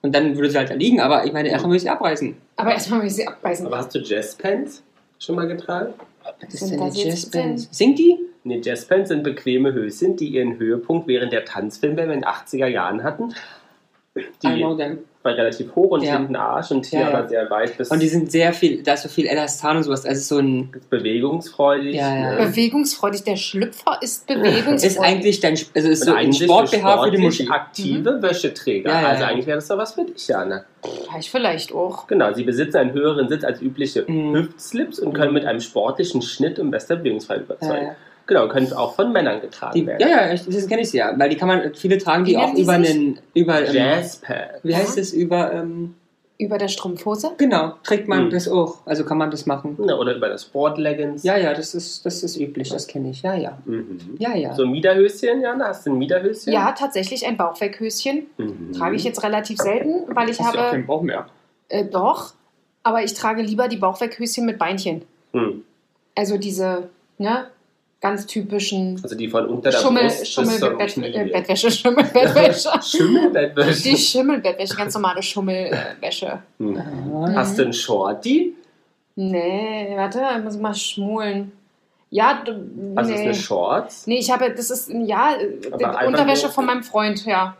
S2: Und dann würde sie halt da liegen, aber ich meine, erstmal würde ich sie abreißen.
S4: Aber erstmal will ich sie abbeißen.
S5: Aber hast du Jazzpants schon mal getragen?
S2: Was
S4: Sind
S2: ist denn
S4: das
S2: die
S4: jetzt
S2: Jazzband?
S4: Sinn?
S2: Singt die?
S5: Nee, Jazzbands sind bequeme Höschen, die ihren Höhepunkt während der Tanzfilme in den 80er Jahren hatten.
S2: I
S5: Die
S2: know them.
S5: war relativ hoch und
S2: Ja.
S5: hinten Arsch und hier
S2: Ja, ja.
S5: aber sehr weit bis
S2: Und die sind sehr viel, da ist so viel Elastan und sowas. Also es ist so ein,
S5: bewegungsfreudig.
S2: Ja, ja.
S5: Ne?
S4: Bewegungsfreudig. Der Schlüpfer ist bewegungsfreudig.
S2: ist eigentlich dein, Sp- also ist
S5: Und
S2: so ein
S5: eigentlich
S2: Sport-BH für die
S5: sportlich
S2: Muschi.
S5: aktive
S4: Mhm.
S5: Wäscheträger.
S2: Ja, ja,
S5: also
S2: ja.
S5: eigentlich wäre das doch was für dich, Jana.
S4: Ich vielleicht auch.
S5: Genau, sie besitzen einen höheren Sitz als übliche
S2: Mhm.
S5: Hüftslips und können mit einem sportlichen Schnitt und bester Bewegungsfreiheit
S2: Ja,
S5: überzeugen.
S2: ja.
S5: Genau, können auch von Männern getragen
S2: Äh, Die,
S5: werden.
S2: ja, ja, ich, das kenne ich ja. Weil die kann man, viele tragen die
S4: Wie
S2: auch
S4: nennen die
S2: über
S4: sich?
S2: einen, über, ähm,
S5: Jazzpad.
S2: wie heißt es, über, ähm,
S4: Über der Strumpfhose?
S2: genau, trägt man
S5: Mhm.
S2: das auch. Also kann man das machen.
S5: Ja, Ne, Oder über das Sportleggings.
S2: Ja, ja, das ist, das ist üblich, das kenne ich. Ja, ja.
S5: Mhm.
S2: Ja, ja.
S5: So Miederhöschen, Jana? Hast du ein Miederhöschen?
S4: Ja, tatsächlich ein Bauchweckhöschen.
S5: Mhm.
S4: Trage ich jetzt relativ selten, weil ich habe.
S2: Bauch mehr.
S4: Äh, doch, aber ich trage lieber die Bauchweckhöschen mit Beinchen.
S5: Mhm.
S4: Also diese, ne, ganz typischen
S5: Also die von unter der
S4: Schummel,
S5: Brust
S4: Schummel,
S5: bis zur
S4: Bett, äh,
S5: Knöchel.
S4: Bettwäsche, Schummelbettwäsche.
S5: Schimmelbettwäsche.
S4: Die Schimmelbettwäsche, ganz normale Schummelwäsche.
S5: Mhm.
S2: Ja.
S5: Hast du einen Shorty?
S4: Nee, warte, muss ich mal schmulen. Ja, du,
S5: Hast du
S4: nee.
S5: Also eine Shorts?
S4: Nee, ich habe, das ist, ja, äh, die
S5: Aber einfach
S4: Unterwäsche
S5: nur- Ähm,
S4: von meinem Freund, ja.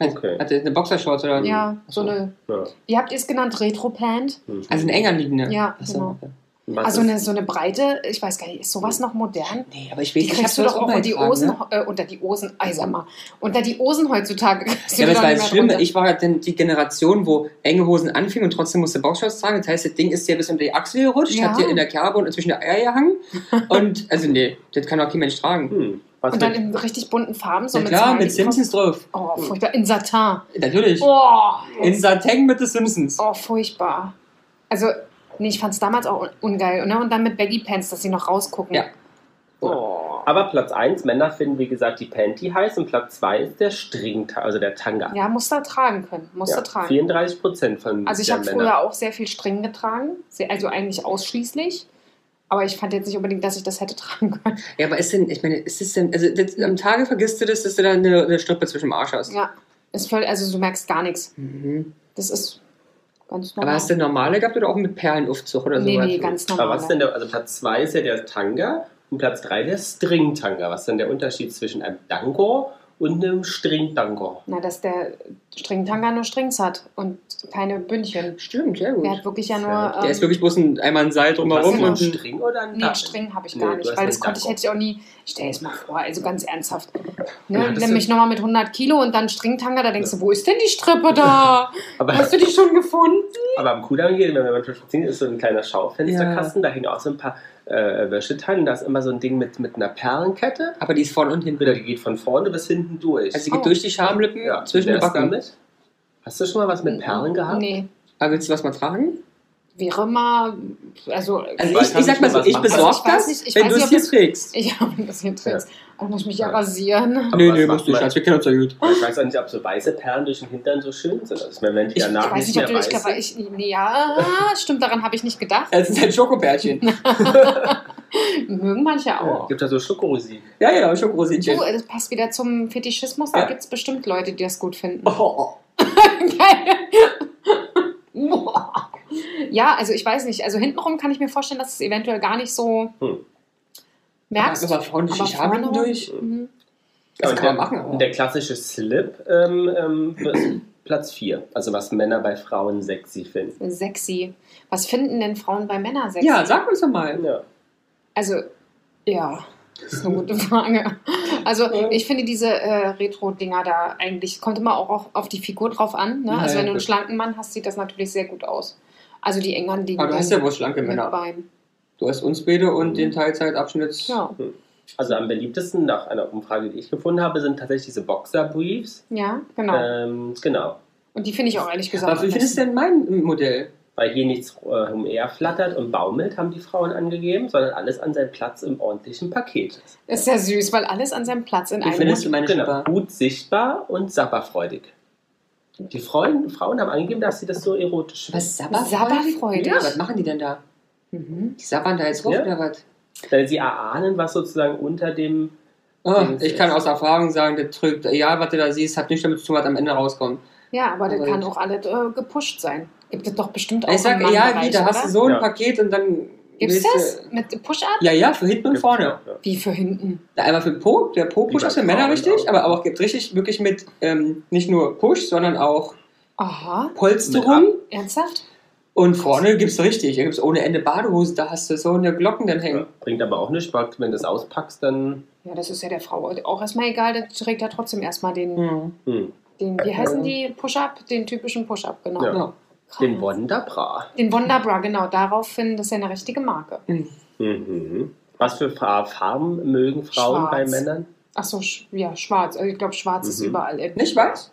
S5: Okay.
S2: Hat der eine Boxershorts oder?
S4: Ja, so eine,
S5: Ja.
S4: wie habt ihr es genannt, Retro-Pant?
S5: Mhm.
S2: Also eine enger liegende.
S4: Ja,
S2: Achso.
S4: genau.
S5: Was
S4: Also
S5: ist-
S4: eine, so eine breite, ich weiß gar nicht, ist sowas noch modern?
S2: Nee, aber ich will
S4: Die
S2: ich hab
S4: kriegst du
S2: sowas
S4: doch unter
S2: mal
S4: die
S2: getragen,
S4: Osen,
S2: ne?
S4: äh, unter die Osen, ey, sag mal, unter die Osen heutzutage. kriegst du
S2: Ja, aber
S4: die
S2: das
S4: doch
S2: war
S4: nicht
S2: das
S4: mehr
S2: Schlimme.
S4: drunter.
S2: Ich war halt dann die Generation, wo enge Hosen anfingen und trotzdem musste Boxshorts tragen. Das heißt, das Ding ist dir bis unter die Achsel gerutscht,
S4: Ja.
S2: hat dir in der Kerbe und inzwischen der Eier gehangen. und, also nee, das kann doch kein Mensch tragen.
S5: Hm. Was
S4: Und dann
S5: mit-
S4: in richtig bunten Farben, so
S2: Na
S4: mit
S2: klar,
S4: Zahlen
S2: mit
S4: drauf.
S2: Simpsons drauf.
S4: Oh, furchtbar. In Satin.
S2: Natürlich.
S4: Oh,
S2: In Satin mit den Simpsons.
S4: oh furchtbar. Also, nee, ich fand es damals auch un- ungeil. Ne? Und dann mit Baggy Pants, dass sie noch rausgucken.
S2: Ja.
S4: Oh.
S5: aber Platz 1, Männer finden, wie gesagt, die Panty heiß und Platz 2 ist der String, also der Tanga.
S4: Ja, Muster tragen können. Muster
S5: Ja,
S4: tragen.
S5: 34 Prozent von
S4: Also, ich
S5: der
S4: habe
S5: Männer.
S4: früher auch sehr viel String getragen. Sehr, also, eigentlich ausschließlich. Aber ich fand jetzt nicht unbedingt, dass ich das hätte tragen können.
S2: Ja, aber ist denn, ich meine, ist es denn, also das, am Tage vergisst du das, dass du da eine, eine Strippe zwischen dem Arsch hast.
S4: Ja. Ist voll, also, du merkst gar nichts.
S2: Mhm.
S4: Das ist ganz normal.
S2: Aber hast du normale gehabt oder auch mit Perlenaufzug oder
S4: Nee,
S2: sowas?
S4: nee, ganz normal.
S5: Aber was denn der, also Platz 2 ist ja der Tanga und Platz 3 der String-Tanga. Was ist denn der Unterschied zwischen einem Dango und einem String-Dango?
S4: Na, dass der Stringtanga nur Strings hat und keine Bündchen.
S2: Stimmt, sehr gut.
S4: Der hat wirklich ja nur. ähm,
S5: Der
S2: Der ist wirklich bloß ein, einmal ein Seil drumherum
S5: Hast
S2: und
S5: du einen
S2: ein
S5: String oder einen
S4: Nee,
S5: Dango?
S4: String habe ich
S5: Nee,
S4: gar
S5: du
S4: nicht,
S5: hast
S4: weil
S5: einen
S4: das konnte ich,
S5: Danko.
S4: hätte ich auch nie. Stell es mal vor, also ganz ernsthaft.
S5: Ja,
S4: Ne?
S5: das
S4: Nimm mich
S5: sind-
S4: nochmal mit 100 Kilo und dann Stringtanga, da denkst du, wo ist denn die Strippe da?
S5: Aber,
S4: Hast du die schon gefunden?
S5: aber am Kudamm gehen, wenn wir manchmal spazieren, ist so ein kleiner Schaufensterkasten. Da hängen auch so ein paar äh, Wäscheteile. Und da ist immer so ein Ding mit, mit einer Perlenkette.
S2: Aber die ist vorne und hinten.
S5: Entweder die geht von vorne bis hinten durch.
S2: Also sie geht
S4: Oh.
S2: durch die Schamlippen,
S5: Ja,
S2: zwischen den
S5: wer ist
S2: Backen.
S5: damit? Hast du schon mal was mit Perlen gehabt?
S4: Nee.
S2: Aber willst du was mal tragen?
S4: Wäre mal. Also,
S2: Also
S5: Weil
S2: ich,
S5: kann
S2: ich sag
S5: ich
S2: mal
S5: mir
S2: so,
S5: was
S2: ich
S5: machen?
S2: besorge
S4: Also ich weiß
S2: das,
S4: nicht, ich
S2: wenn
S4: weiß
S2: du es
S4: nicht, ob
S2: hier trägst.
S4: ich habe ein bisschen Tricks. Dann muss ich mich ja
S5: Ja.
S4: rasieren.
S5: Aber
S2: Nee,
S5: was
S2: nee,
S5: macht
S2: musst du nicht,
S5: man-
S2: Schatz, wir kennen uns ja gut.
S5: Ich weiß auch nicht, ob so weiße Perlen durch den Hintern so schön sind. Also, ich meine, wenn die
S2: Ich-
S5: danach
S4: Ich weiß
S5: nicht
S4: nicht, ob
S5: mehr
S4: du. Ich
S5: weiß
S4: glaube,
S5: sind.
S4: ich. nee, Ja, stimmt, daran habe ich nicht gedacht.
S2: Es ist ein Schokobärtchen.
S4: Mögen manche
S5: Ja,
S4: auch.
S5: gibt da so Schokorosinen.
S2: ja, ja, Schokorosinchen.
S4: Du, das passt wieder zum Fetischismus. Da
S2: Ja.
S4: gibt es bestimmt Leute, die das gut finden.
S2: Oh, oh.
S4: Boah. ja, also ich weiß nicht. Also hintenrum kann ich mir vorstellen, dass es eventuell gar nicht so
S5: Hm.
S4: merkst.
S2: Aber vorne durch die
S4: Aber
S2: Schamlippen
S4: vorne-
S2: durch.
S4: Mhm.
S2: Das
S5: und
S2: kann man
S5: der,
S2: machen, aber-
S5: Und der klassische Slip ähm, ähm, ist Platz 4. Also was Männer bei Frauen sexy finden.
S4: Sexy. Was finden denn Frauen bei Männern sexy?
S2: Ja, sag uns doch mal.
S5: Ja.
S4: Also, ja, das ist eine gute Frage. Also ich finde diese äh, Retro-Dinger da eigentlich, kommt immer auch auf- auf die Figur drauf an. Ne?
S2: Ja,
S4: Also
S2: ja,
S4: wenn du einen
S2: gut.
S4: schlanken Mann hast, sieht das natürlich sehr gut aus. Also die Engern liegen
S2: Aber du hast ja wohl schlanke
S4: mit
S2: Männer.
S4: Bein.
S2: Du hast uns beide und den Teilzeitabschnitt.
S4: Ja.
S5: Also am beliebtesten nach einer Umfrage, die ich gefunden habe, sind tatsächlich diese Boxerbriefs.
S4: ja, genau.
S2: Äh,
S5: Ähm, genau.
S4: Und die finde ich auch ehrlich gesagt.
S2: Aber wie
S4: am
S2: findest du denn mein Modell?
S5: Weil hier nichts äh, umher flattert und baumelt, haben die Frauen angegeben, sondern alles an seinem Platz im ordentlichen Paket. ist.
S4: Ist ja süß, weil alles an seinem Platz in
S2: Wie
S4: einem.
S2: findest du meine
S5: Genau.
S2: Schlipper?
S5: Gut sichtbar und sapperfreudig. Die Freuen, Frauen haben angegeben, dass sie das so erotisch finden.
S2: Was, Sabberfreudig?
S4: Sabberfreudig?
S2: Ja, was machen die denn da?
S4: Mhm.
S2: Die sabbern da jetzt rum
S5: Ja.
S2: oder was?
S5: Weil sie erahnen, was sozusagen unter dem
S2: Ah,
S5: Dings
S2: ich kann
S5: ist.
S2: aus Erfahrung sagen, der Trick, egal was du da siehst, hat nichts damit zu tun, was am Ende rauskommt.
S4: Ja, aber das
S2: Aber
S4: kann
S2: ich-
S4: auch alles äh, gepusht sein. Gibt es doch bestimmt auch
S2: Ich sag,
S4: im
S2: ja,
S4: Mannbereich,
S2: wie, da hast
S4: oder?
S2: du so ein
S5: Ja.
S2: Paket und dann
S4: Gibt's
S2: Willst du-
S4: das? Mit Push-Up?
S2: Ja, ja, für hinten und vorne.
S5: Ja.
S4: Wie für hinten.
S2: Na, Einmal für Po, der Po-Push
S5: Wie bei
S2: ist für Männer
S5: Frauen
S2: richtig,
S5: auch.
S2: aber auch gibt richtig wirklich mit ähm, nicht nur Push, sondern auch
S4: Aha,
S2: Polsterung.
S4: ernsthaft?
S2: Und vorne gibt's richtig. Da gibt's ohne Ende Badehosen, da hast du so eine Glocken dann hängen.
S5: Ja. Bringt aber auch nichts, weil wenn du es auspackst, dann.
S4: Ja, das ist ja der Frau auch erstmal egal, der trägt ja trotzdem erstmal den,
S2: Mhm.
S5: Hm,
S4: den wie heißen die, Push-Up, den typischen Push-Up, genau.
S5: Ja.
S2: Ja.
S4: Krass.
S5: den Wonderbra.
S4: Den Wonderbra, genau, daraufhin, das ist ja eine richtige Marke.
S5: Mhm. Was für Fa- Farben mögen Frauen
S4: Schwarz.
S5: bei Männern?
S4: Achso, sch ja, schwarz. Also ich glaube, schwarz ist
S5: Mhm.
S4: überall. in-
S2: Nicht weiß?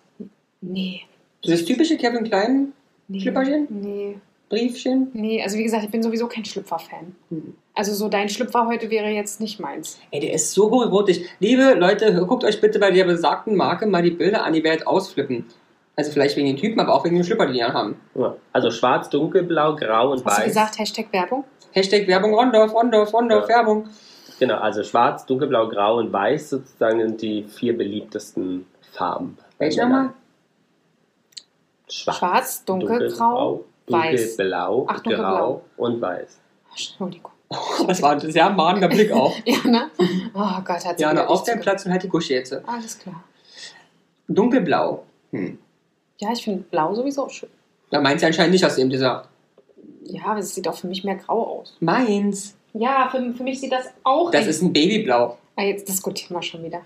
S4: Nee.
S2: Dieses typische Kevin Klein
S4: nee.
S2: Schlüpperchen?
S4: Nee.
S2: Briefchen.
S4: Nee, also wie gesagt, ich bin sowieso kein Schlüpfer-Fan.
S2: Mhm.
S4: Also so dein Schlüpfer heute wäre jetzt nicht meins.
S2: Ey, der ist so hochrotig. Liebe Leute, guckt euch bitte bei der besagten Marke mal die Bilder an, die werdet ausflippen. Also vielleicht wegen den Typen, aber auch wegen den Schlüpper, die die haben.
S5: Ja. Also schwarz, dunkelblau, grau und
S4: Hast du
S5: weiß.
S4: gesagt, Hashtag Werbung?
S2: Hashtag Werbung Rondorf, Rondorf, Rondorf,
S5: Ja.
S2: Werbung.
S5: Genau, also schwarz, dunkelblau, grau und weiß sozusagen sind die vier beliebtesten Farben. bei
S2: Welche
S5: Männern.
S2: nochmal?
S5: Schwarz,
S4: Schwarz, dunkelgrau. weiß.
S5: dunkelblau,
S4: Ach, dunkelblau.
S5: grau und weiß.
S4: Entschuldigung.
S2: Das war ein sehr mahnender Blick auch.
S4: Ja, ne? Oh Gott, hat sie
S2: Ja,
S4: wieder
S2: na, auf den
S4: nicht zugehört.
S2: Platz und halt die Gusche jetzt.
S4: Alles klar.
S2: Dunkelblau. Hm.
S4: Ja, ich finde blau sowieso schön.
S2: Da meinst du anscheinend nicht, hast du eben gesagt.
S4: Ja, aber es sieht auch für mich mehr grau aus.
S2: Meins.
S4: Ja, für, für mich sieht das auch
S2: Das
S4: echt-
S2: ist ein Babyblau.
S4: ah, jetzt diskutieren wir schon wieder.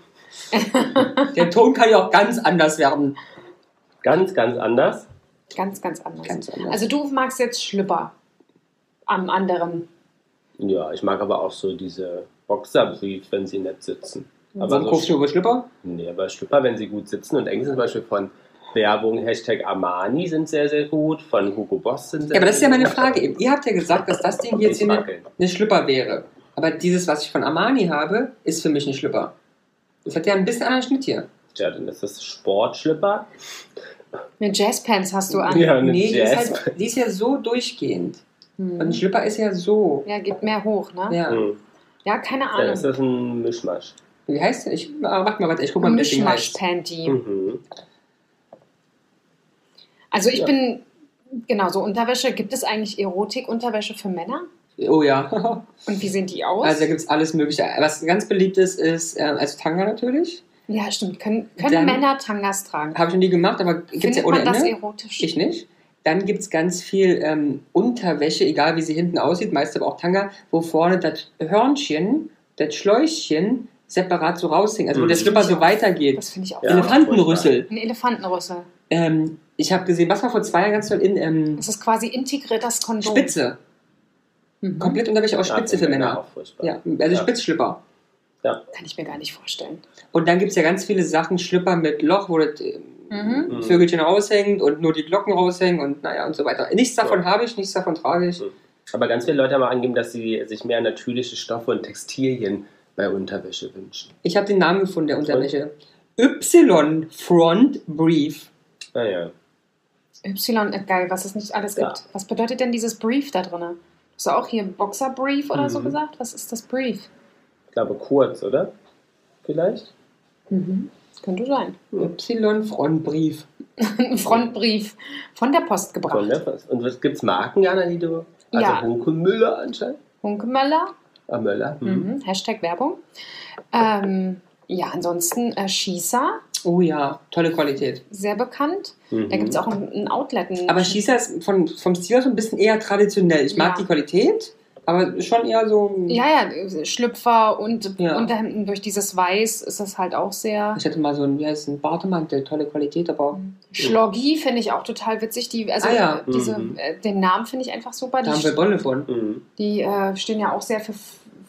S2: Der Ton kann ja auch ganz anders werden.
S5: Ganz, ganz anders.
S4: Ganz, ganz anders.
S2: Ganz anders.
S4: Also du magst jetzt Schlüpper am anderen.
S5: Ja, ich mag aber auch so diese Boxerbrief, wenn sie nett sitzen. Aber
S4: Mhm.
S2: Warum
S5: so
S2: kaufst du über Schlüpper?
S5: Nee, aber Schlüpper, wenn sie gut sitzen und eng sind, zum Beispiel von Werbung, Hashtag Armani sind sehr, sehr gut, von Hugo Boss sind sehr
S2: Ja, aber das ist ja meine
S5: gut.
S2: Frage eben. Ihr habt ja gesagt, dass das Ding hier jetzt
S5: Die
S2: hier eine,
S5: Fackeln.
S2: eine Schlüpper wäre. Aber dieses, was ich von Armani habe, ist für mich ein Schlüpper. Das hat ja ein bisschen anderen Schnitt hier.
S5: Ja, dann ist das Sportschlüpper.
S4: Eine Jazzpants hast du an.
S5: Ja, eine
S2: nee, die ist,
S5: Jazz.
S2: halt, die ist ja so durchgehend. Und ein
S4: Hm.
S2: Schlüpper ist ja so.
S4: Ja, gibt mehr hoch, ne?
S2: Ja.
S5: Hm.
S4: Ja, keine
S5: Dann ist
S4: Ahnung.
S5: das ein Mischmasch.
S2: Wie heißt der? Ich, ah, warte mal, warte, ich guck mal, wie das Ding heißt.
S4: Mischmasch-Panty.
S5: Mhm.
S4: Also ich
S5: Ja.
S4: bin, genau, so Unterwäsche. Gibt es eigentlich Erotik-Unterwäsche für Männer?
S2: Oh ja.
S4: Und wie sehen die aus?
S2: Also da gibt es alles Mögliche. Was ganz beliebt ist, ist äh, also Tanga natürlich.
S4: ja, stimmt. Können, können
S2: Dann-
S4: Männer Tangas tragen?
S2: Habe ich noch nie gemacht, aber gibt es
S4: Findet
S2: ja ohne
S4: man das
S2: Ende.
S4: erotisch?
S2: ne? Ich nicht. Dann gibt es ganz viel ähm, Unterwäsche, egal wie sie hinten aussieht, meist aber auch Tanga, wo vorne das Hörnchen, das Schläuchchen separat so raushängt, also wo
S5: Mhm.
S2: der Schlipper so weitergeht.
S4: Das finde ich auch.
S5: Ja.
S4: Ja.
S2: Elefantenrüssel.
S4: Ein Elefantenrüssel.
S2: Ähm, ich habe gesehen, was war vor zwei Jahren ganz toll in ähm,
S4: Das ist quasi integriert das Kondom.
S2: Spitze.
S4: Mhm.
S2: Komplett Unterwäsche, auch
S5: Ja,
S2: Spitze
S5: für
S2: für Männer.
S5: Auch furchtbar.
S2: Ja, also
S5: Ja.
S2: Spitzschlipper.
S4: Kann ich mir gar nicht vorstellen.
S2: Und dann gibt es ja ganz viele Sachen, Schlipper mit Loch, wo das äh,
S4: Mhm.
S5: Mhm.
S2: Vögelchen raushängt und nur die Glocken raushängen und naja und so weiter. Nichts davon habe ich, nichts davon trage ich.
S5: Aber ganz viele Leute haben angegeben, dass sie sich mehr natürliche Stoffe und Textilien bei Unterwäsche wünschen.
S2: Ich habe den Namen gefunden der Unterwäsche. Y Front Brief.
S5: Naja,
S4: Y, äh, geil, was es nicht alles
S5: Ja.
S4: gibt. Was bedeutet denn dieses Brief da drin? Hast du auch hier Boxer-Brief oder so
S5: Mhm.
S4: gesagt? Was ist das Brief?
S5: ich glaube kurz, oder? Vielleicht?
S2: Mhm.
S4: Könnte sein.
S2: Y Front Brief.
S4: Ein Frontbrief von der Post
S5: Von
S4: gebracht.
S5: der Post. Und was gibt's Marken, Jana, die du? Also
S4: Ja.
S5: Hunke Müller anscheinend.
S4: Hunkemöller,
S5: Ah, Möller. Hm.
S4: mhm. Hashtag Werbung. Ähm, ja, ansonsten äh, Schießer,
S2: Oh ja, tolle Qualität.
S4: sehr bekannt.
S5: Mhm.
S4: Da gibt es auch ein, ein Outlet. Ein
S2: Aber Schießer ist von, vom Stil her so ein bisschen eher traditionell. Ich mag
S4: Ja.
S2: die Qualität, aber schon eher so.
S4: Ja, ja, äh, Schlüpfer und
S2: Ja.
S4: Unterhemden durch dieses Weiß ist das halt auch sehr.
S2: Ich hatte mal so einen, wie heißt ein Wartemantel, tolle Qualität, aber
S4: Schloggi finde ich auch total witzig. Die, also
S2: Ah, ja.
S4: diese,
S5: Mhm.
S4: äh, den Namen finde ich einfach super.
S2: da haben
S4: Die,
S2: wir Bolle von.
S5: Mhm.
S4: die äh, stehen ja auch sehr für,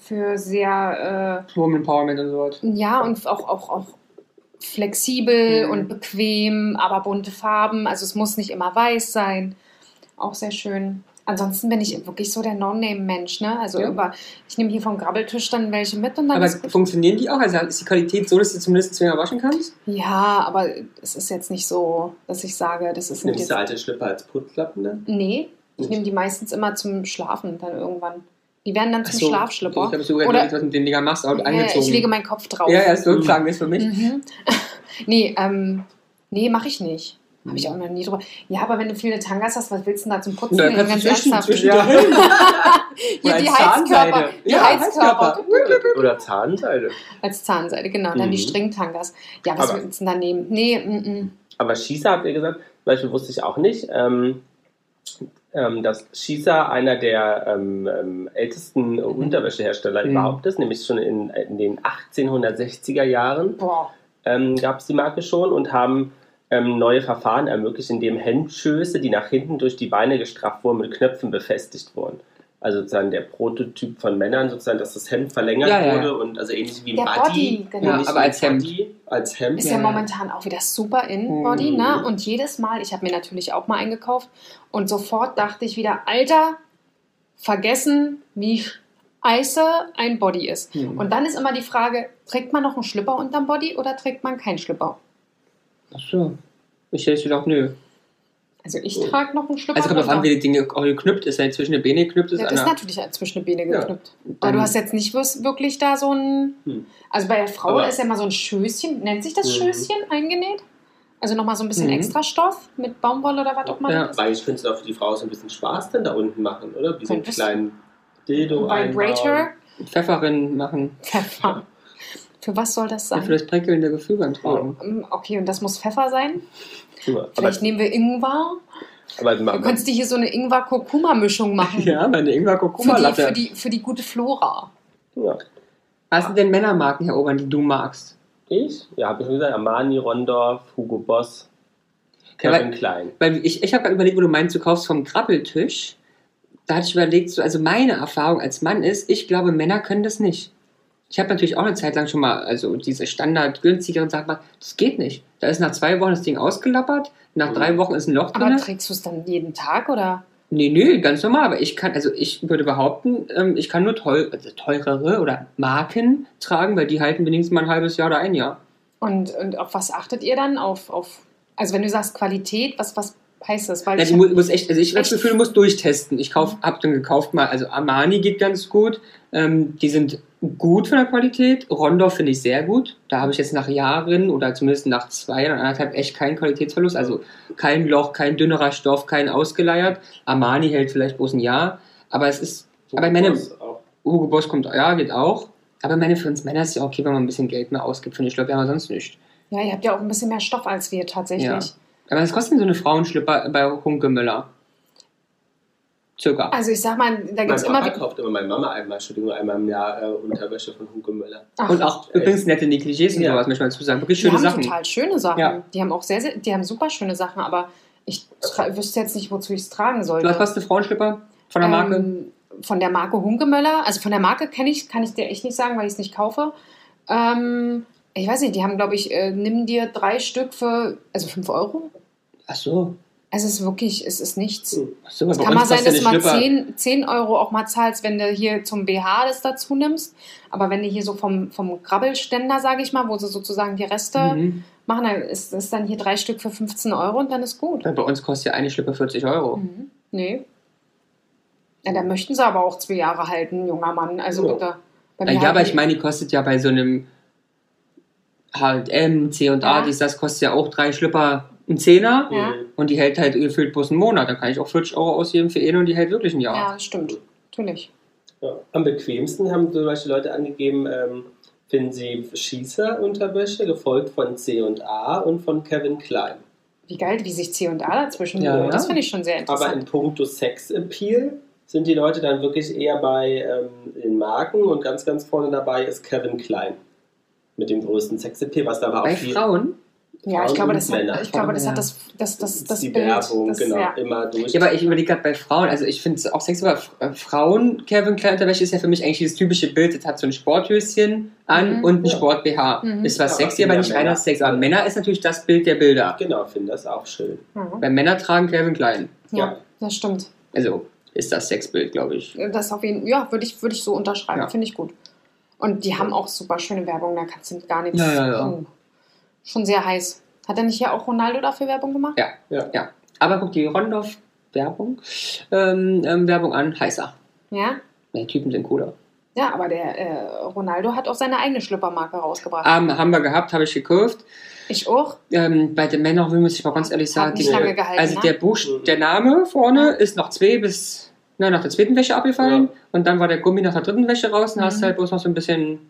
S4: für sehr
S2: Woman Empowerment und so was.
S4: äh, ja und auch, auch, auch flexibel
S2: Mhm.
S4: und bequem, aber bunte Farben. Also es muss nicht immer weiß sein. Auch sehr schön. Ansonsten bin ich wirklich so der No-Name-Mensch, ne? Also
S2: Ja.
S4: über, ich nehme hier vom Grabbeltisch dann welche mit und dann
S2: Aber
S4: ist gut.
S2: funktionieren die auch? Also ist die Qualität so, dass du zumindest zweimal waschen kannst?
S4: Ja, aber es ist jetzt nicht so, dass ich sage, das ist nicht
S5: Nimmst
S4: jetzt.
S5: du alte Schlipper als Putzlappen dann?
S4: Nee, ich
S5: Nicht?
S4: nehme die meistens immer zum Schlafen dann irgendwann. Die werden dann zum
S2: Ach so. Ich
S4: Schlafschlipper.
S2: habe sogar
S4: Oder-
S2: gedacht, was du mit den Dinger machst, aber
S4: Ja,
S2: angezogen.
S4: ich lege meinen Mhm. Kopf drauf.
S2: Hm. ja, ja, ist so ein Klang, ist für mich.
S4: Mhm. nee, ähm, nee, mache ich nicht. Habe ich auch noch nie drüber. Ja, aber wenn du viele Tangas hast, was willst du denn da zum Putzen?
S2: Hm. Da
S4: nehmen?
S2: kannst du
S4: Ganz
S2: zwischen,
S4: ernsthaft.
S2: zwischen
S4: Hier, die
S2: Oder als
S4: Heizkörper.
S2: Zahnseide.
S4: Die
S2: Ja,
S4: Heizkörper.
S5: Oder Zahnseide.
S4: Als Zahnseide, genau. Dann die
S5: Mhm.
S4: Stringtangas. Ja, was
S5: Aber-
S4: willst du denn da nehmen? Nee, mm, mm.
S5: Aber Shisha habt ihr gesagt, zum Beispiel wusste ich auch nicht, ähm, ähm, dass Shisha einer der ähm, ähm, ältesten äh, Unterwäschehersteller
S2: Mhm.
S5: überhaupt ist, nämlich schon in, in den 1860er Jahren
S4: Boah.
S5: ähm, gab es die Marke schon und haben ähm, neue Verfahren ermöglicht, indem Hemdschöße, die nach hinten durch die Beine gestrafft wurden, mit Knöpfen befestigt wurden. Also sozusagen der Prototyp von Männern, sozusagen, dass das Hemd verlängert
S2: Ja, ja, ja.
S5: wurde und also ähnlich wie ein
S4: Der
S5: Body.
S4: Body, genau.
S5: Nicht
S2: Ja,
S5: wie
S2: aber
S5: ein
S2: als Hemd.
S5: Body, Als Hemd.
S4: Ist
S2: Ja,
S4: ja,
S2: ja.
S4: momentan auch wieder super in
S2: Mhm.
S4: Body, ne? Und jedes Mal, ich habe mir natürlich auch mal eingekauft und sofort dachte ich wieder, Alter, vergessen, wie scheiße ein Body ist.
S2: Mhm.
S4: Und dann ist immer die Frage, trägt man noch einen Schlüpper unterm Body oder trägt man keinen Schlüpper?
S2: Ach so. Ich hätte gedacht, nö.
S4: Also ich trage noch einen Schlüpper.
S2: Also kommt drauf an, wie die Dinge auch geknüpft ist. Wenn zwischen den Beine geknüpft ist, Ähm. ja,
S4: ja, das ist natürlich zwischen die Beine
S5: Ja.
S4: geknüpft. Aber
S2: dann-
S4: du hast jetzt nicht wirs- wirklich da so ein.
S5: Hm.
S4: Also bei der Frau
S5: Aber-
S4: ist ja mal so ein Schößchen, nennt sich das
S5: Mhm.
S4: Schößchen eingenäht? Also nochmal so ein bisschen
S2: Mhm.
S4: extra Stoff mit Baumwolle oder was auch immer
S2: Ja.
S4: das ist.
S5: Weil ich finde es auch für die Frau so ein bisschen Spaß dann da unten machen, oder? Wie so einen
S4: Könntest
S5: kleinen Dildo einbauen.
S4: Vibrator.
S2: Pfefferin machen.
S4: Pfeffer. Für was soll das
S2: Ja, für
S4: sein?
S2: das prickelnde Gefühl beim Tragen.
S4: Mm, Okay, und das muss Pfeffer sein.
S5: Aber,
S4: Vielleicht nehmen wir Ingwer.
S5: aber,
S4: Du
S5: aber,
S4: könntest dir hier so eine Ingwer-Kurkuma-Mischung machen.
S2: Ja, meine ingwer
S4: für,
S2: kurkuma
S4: die, für,
S2: latte
S4: die, für die gute Flora.
S5: ja.
S2: Was sind denn Männermarken, Herr Obern, die du magst?
S5: Ich? Ja, habe ich schon gesagt. Armani, Rondorf, Hugo Boss,
S2: Ja,
S5: Kevin Klein.
S2: Weil ich, ich habe gerade überlegt, wo du meinst, du kaufst vom Krabbeltisch. Da hatte ich überlegt, so, also meine Erfahrung als Mann ist, ich glaube, Männer können das nicht. Ich habe natürlich auch eine Zeit lang schon mal, also diese standard günstigeren Sachen, gemacht, das geht nicht. Da ist nach zwei Wochen das Ding ausgelappert, nach
S5: Mhm.
S2: drei Wochen ist ein Loch
S4: Aber
S2: drin.
S4: trägst du es dann jeden Tag oder?
S2: Nee, nee, ganz normal, aber ich kann, also ich würde behaupten, ähm, ich kann nur teu also teurere oder Marken tragen, weil die halten wenigstens mal ein halbes Jahr oder ein Jahr.
S4: Und, und auf was achtet ihr dann? Auf, auf, also wenn du sagst Qualität, was, was heißt das? Weil
S2: Ja,
S4: ich
S2: die mu- muss echt, also ich habe das
S4: Echt?
S2: Gefühl, du musst durchtesten. Ich kauf, hab dann gekauft mal, also Armani geht ganz gut. Ähm, die sind gut von der Qualität. Rondo finde ich sehr gut. Da habe ich jetzt nach Jahren oder zumindest nach zwei oder anderthalb echt keinen Qualitätsverlust. Also kein Loch, kein dünnerer Stoff, kein ausgeleiert. Armani hält vielleicht bloß ein Jahr. Aber es ist, aber meine,
S5: Boss auch.
S2: Hugo Boss kommt, ja, geht auch. Aber meine, für uns Männer ist es ja okay, wenn man ein bisschen Geld mehr ausgibt. Finde ich, glaube, ja, aber sonst nicht.
S4: ja, ihr habt ja auch ein bisschen mehr Stoff als wir tatsächlich.
S2: Ja. Aber was kostet denn so eine Frauenschlipper bei Hunke Müller? Circa.
S4: Also ich sag mal, da gibt
S5: Mein
S4: es
S5: Papa
S4: immer...
S5: kauft immer meine Mama einmal, Entschuldigung, einmal im Jahr äh, Unterwäsche von Hugo Möller.
S4: Ach,
S2: Und auch übrigens nette Negligés und
S5: Ja.
S2: sowas, möchte ich mal dazu sagen. Wirklich
S4: die
S2: schöne
S4: haben
S2: Sachen.
S4: total schöne Sachen.
S2: Ja.
S4: Die haben auch sehr, sehr, die haben super schöne Sachen, aber ich tra- wüsste jetzt nicht, wozu ich es tragen sollte.
S2: Was kostet eine Frauenschlipper von der Marke?
S4: Ähm, von der Marke Hunkemöller. Also von der Marke kenne ich, kann ich dir echt nicht sagen, weil ich es nicht kaufe. Ähm, ich weiß nicht, die haben, glaube ich, äh, nimm dir drei Stück für, also 5 Euro.
S2: Ach so.
S4: Also es ist wirklich, es ist nichts.
S2: Ach so
S4: Es
S2: Also bei
S4: kann
S2: uns
S4: mal sein,
S2: kostet
S4: dass du
S2: eine
S4: mal
S2: Schlipper-
S4: 10, 10 Euro auch mal zahlst, wenn du hier zum BH das dazu nimmst. Aber wenn du hier so vom, vom Grabbelständer, sage ich mal, wo sie sozusagen die Reste
S2: Mhm.
S4: machen, dann ist es dann hier drei Stück für 15 Euro und dann ist gut.
S2: Weil Bei uns kostet ja eine Schlippe 40 Euro.
S4: Mhm. Nee. Ja, da möchten sie aber auch zwei Jahre halten, junger Mann. Also
S5: Ja.
S4: bitte. Bei
S2: Ja,
S4: mir
S2: ja, aber
S4: halten-
S2: ich meine, die kostet ja bei so einem HM, C&A,
S4: Ja.
S2: dies, das kostet ja auch drei Schlipper einen Zehner.
S4: Ja.
S5: Mhm.
S2: Und die hält halt gefühlt bloß einen Monat. Da kann ich auch 40 Euro ausgeben für eine und die hält wirklich ein Jahr.
S4: Ja, das stimmt. Natürlich.
S5: Ja. Am bequemsten haben zum Beispiel Leute angegeben, ähm, finden sie Schießer-Unterwäsche, gefolgt von C&A und von Kevin Klein.
S4: Wie geil, wie sich C und A dazwischen
S2: Ja,
S4: holen.
S2: ja.
S4: Das finde ich schon sehr
S5: Aber in
S4: interessant.
S5: puncto Sex-Appeal sind die Leute dann wirklich eher bei ähm, den Marken und ganz, ganz vorne dabei ist Kevin Klein. Mit dem größten Sex-Appeal, was aber auch
S2: Bei
S5: viel
S2: Frauen?
S4: ja, ich
S5: Frauen
S4: glaube,
S5: und
S4: das hat,
S5: Männer.
S4: ich glaube, das
S2: Ja.
S4: hat das, das, das, das
S5: die
S4: Bild.
S5: Werbung,
S4: das,
S5: genau,
S4: ja.
S5: immer durch.
S2: Ja, aber ich überlege gerade bei Frauen, also ich finde es auch sexy, aber äh, Frauen, Kevin Klein Unterwäsche ist ja für mich eigentlich dieses typische Bild, das hat so ein Sporthöschen an
S4: Mhm.
S2: und ein
S5: Ja.
S2: Sport-BH.
S4: Mhm.
S2: Ist zwar
S5: Aber
S2: sexy, aber
S5: Männer-
S2: nicht reiner Sex. Aber Männer ist natürlich das Bild der Bilder.
S5: genau, finde das auch schön.
S4: Mhm.
S2: Weil Männer tragen Kevin Klein.
S4: Ja,
S5: Ja.
S4: das stimmt.
S2: Also ist das Sexbild, glaube ich.
S4: Das auf jeden ja, würde ich, würde ich so unterschreiben.
S2: Ja.
S4: Finde ich gut. Und die haben auch super schöne Werbung, da kannst du gar nichts.
S2: Ja, ja, ja.
S4: Hm. Schon sehr heiß. Hat er nicht hier auch Ronaldo dafür Werbung gemacht?
S2: Aber guck die Rondorf-Werbung ähm, ähm, Werbung an, heißer.
S4: Ja?
S2: Die Typen sind cooler.
S4: Ja, aber der äh, Ronaldo hat auch seine eigene Schlüppermarke rausgebracht.
S2: Ähm, haben wir gehabt, habe ich gekauft.
S4: Ich auch.
S2: Ähm, bei den Männern will, muss ich mal ganz ehrlich
S4: Hat
S2: sagen,
S4: nicht
S2: die,
S5: Dinge.
S4: lange gehalten.
S2: also
S4: ne?
S2: der Busch,
S5: Mhm.
S2: der Name vorne ist nach zwei bis na, nach der zweiten Wäsche abgefallen und dann war der Gummi nach der dritten Wäsche raus und hast
S4: Mhm.
S2: halt bloß noch so ein bisschen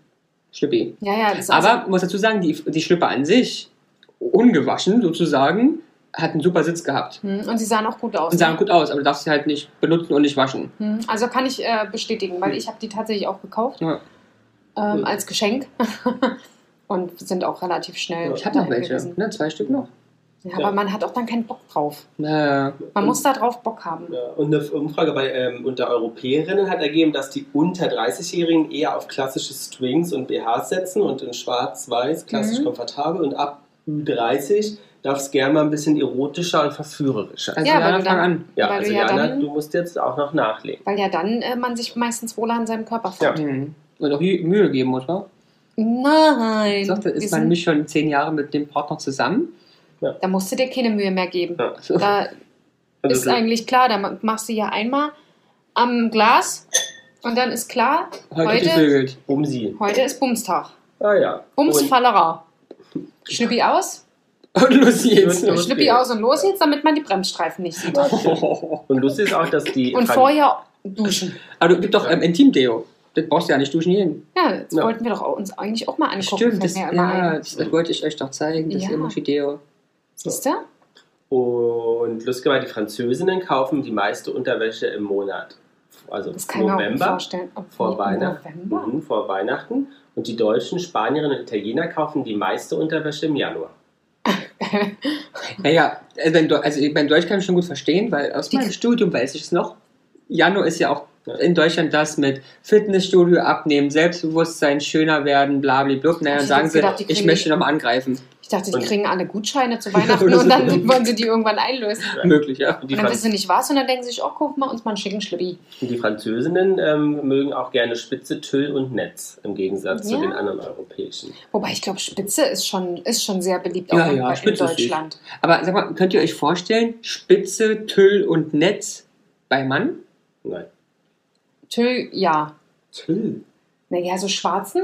S2: Schlippi.
S4: ja, ja, das ist
S2: Aber muss dazu sagen, die, die Schlüpper an sich, ungewaschen sozusagen, hat einen super Sitz gehabt.
S4: also, Hm, und sie sahen auch gut aus.
S2: Und sahen
S4: ne?
S2: gut aus, aber du darfst sie halt nicht benutzen und nicht waschen.
S4: Hm, Also kann ich äh, bestätigen, weil ich habe die tatsächlich auch gekauft
S2: Ja.
S4: ähm, als Geschenk und sind auch relativ schnell.
S2: Ich habe noch
S4: dahin
S2: welche,
S4: gewesen.
S2: ne? zwei Stück noch.
S4: Ja, aber man hat auch dann keinen Bock drauf.
S2: Naja,
S4: Man
S5: Und-
S4: muss da drauf Bock haben.
S5: Ja, und eine Umfrage bei, ähm, unter Europäerinnen hat ergeben, dass die unter 30-Jährigen eher auf klassische Strings und BHs setzen und in schwarz-weiß klassisch
S4: Mhm.
S5: komfortabel und ab 30 darf es gerne mal ein bisschen erotischer und verführerischer.
S2: also
S4: Ja,
S2: ja,
S4: weil
S2: Jana,
S4: du
S2: fang
S4: dann-
S2: an.
S5: ja,
S4: weil
S5: also
S4: du ja
S5: Jana,
S4: dann-
S5: du musst jetzt auch noch nachlegen.
S4: Weil ja dann äh, man sich meistens wohler an seinem Körper fühlt.
S2: Mhm. Und auch Mü- Mühe geben muss, wa?
S4: Nein.
S2: Ich sagte,
S4: Wir
S2: ist man
S4: sind-
S2: nicht schon zehn Jahre mit dem Partner zusammen?
S4: da musst du dir keine Mühe mehr geben.
S5: Ja.
S4: Da
S5: Und
S4: ist
S5: das-
S4: eigentlich klar, da ma- machst du ja einmal am Glas und dann ist klar,
S2: Heute,
S4: Heute?
S2: gevögelt.
S5: um sie.
S4: heute ist Bumstag.
S5: Ah ja. Und-
S4: Bumsfallera. Schnippi aus,
S2: Und los jetzt.
S5: Und- Los
S4: Schnippi
S5: geht's.
S4: aus und los jetzt, damit man die Bremsstreifen nicht sieht.
S5: Und lustig ist auch, dass die.
S4: Und vorher duschen.
S2: Aber du gib doch ähm, Intim-Deo. Das brauchst du ja nicht duschen gehen.
S4: Ja, das
S5: Ja.
S4: wollten wir doch auch- uns eigentlich auch mal angucken.
S2: Stimmt,
S4: fällt
S2: das,
S4: mir
S2: ja,
S4: immer ein.
S2: das, das wollte ich euch doch zeigen, das
S4: Ja.
S2: Emoji-Deo.
S4: Siehst du?
S5: Und lustigerweise, die Französinnen kaufen die meiste Unterwäsche im Monat. Also
S4: Das kann man auch nicht
S5: November,
S4: vorstellen. Ob
S5: vor
S4: im
S5: Weihnachten.
S4: November?
S5: Mhm, vor Weihnachten. Und die Deutschen, Spanierinnen und Italiener kaufen die meiste Unterwäsche im Januar.
S2: Naja, also mein, Deu- also mein Deutsch kann ich schon gut verstehen, weil aus
S4: Die-
S2: meinem Studium weiß ich es noch. Januar ist ja auch
S5: Ja.
S2: in Deutschland das mit Fitnessstudio abnehmen, Selbstbewusstsein, schöner werden, blablabla. Naja,
S4: Ach,
S2: dann
S4: ich
S2: sagen
S4: hätte
S2: sie,
S4: gedacht, die
S2: ich
S4: kriegen
S2: möchte nochmal angreifen.
S4: Ich dachte, die
S5: Und-
S4: kriegen alle Gutscheine zu Weihnachten
S2: Oder so.
S4: und dann wollen sie die irgendwann einlösen.
S2: Möglich, ja.
S5: Und die,
S4: Und dann
S5: Franz-
S4: wissen sie nicht was und dann denken sie sich, oh, guck mal, uns mal einen schicken Schlippi.
S5: und die Französinnen ähm, mögen auch gerne Spitze, Tüll und Netz, im Gegensatz
S4: Ja.
S5: zu den anderen europäischen.
S4: Wobei ich glaube, Spitze ist schon, ist schon sehr beliebt auch
S2: Ja,
S4: in,
S2: ja,
S4: bei- in
S2: Spitze ist
S4: Deutschland.
S2: Aber sag mal, könnt ihr euch vorstellen, Spitze, Tüll und Netz bei Mann?
S5: Nein.
S4: Tüll, ja.
S5: Tüll.
S4: Naja, so schwarzen?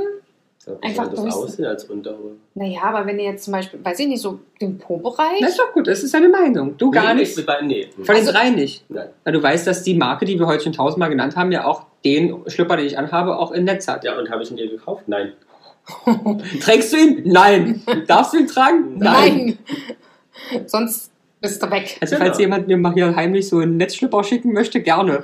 S5: Wie
S4: Einfach
S5: soll das
S4: durchs-
S5: aussehen als Unterhose?
S4: Naja, aber wenn ihr jetzt zum Beispiel, weiß ich nicht, so den
S2: Das
S4: Po-Bereich.
S2: ist doch gut, das ist deine Meinung. Du gar
S5: nee,
S2: nicht.
S5: Nee, nee.
S2: Von den
S4: Also-
S2: drei nicht.
S5: Nein.
S2: Weil du weißt, dass die Marke, die wir heute schon tausendmal genannt haben, ja auch den Schlüpper, den ich anhabe, auch in Netz hat.
S5: Ja, und habe ich ihn dir gekauft? Nein.
S2: Trägst du ihn? Nein. Darfst du ihn tragen?
S4: Nein. Sonst bist du weg.
S2: Also
S5: Genau.
S2: falls jemand mir mal hier heimlich so einen Netzschlüpper schicken möchte, gerne.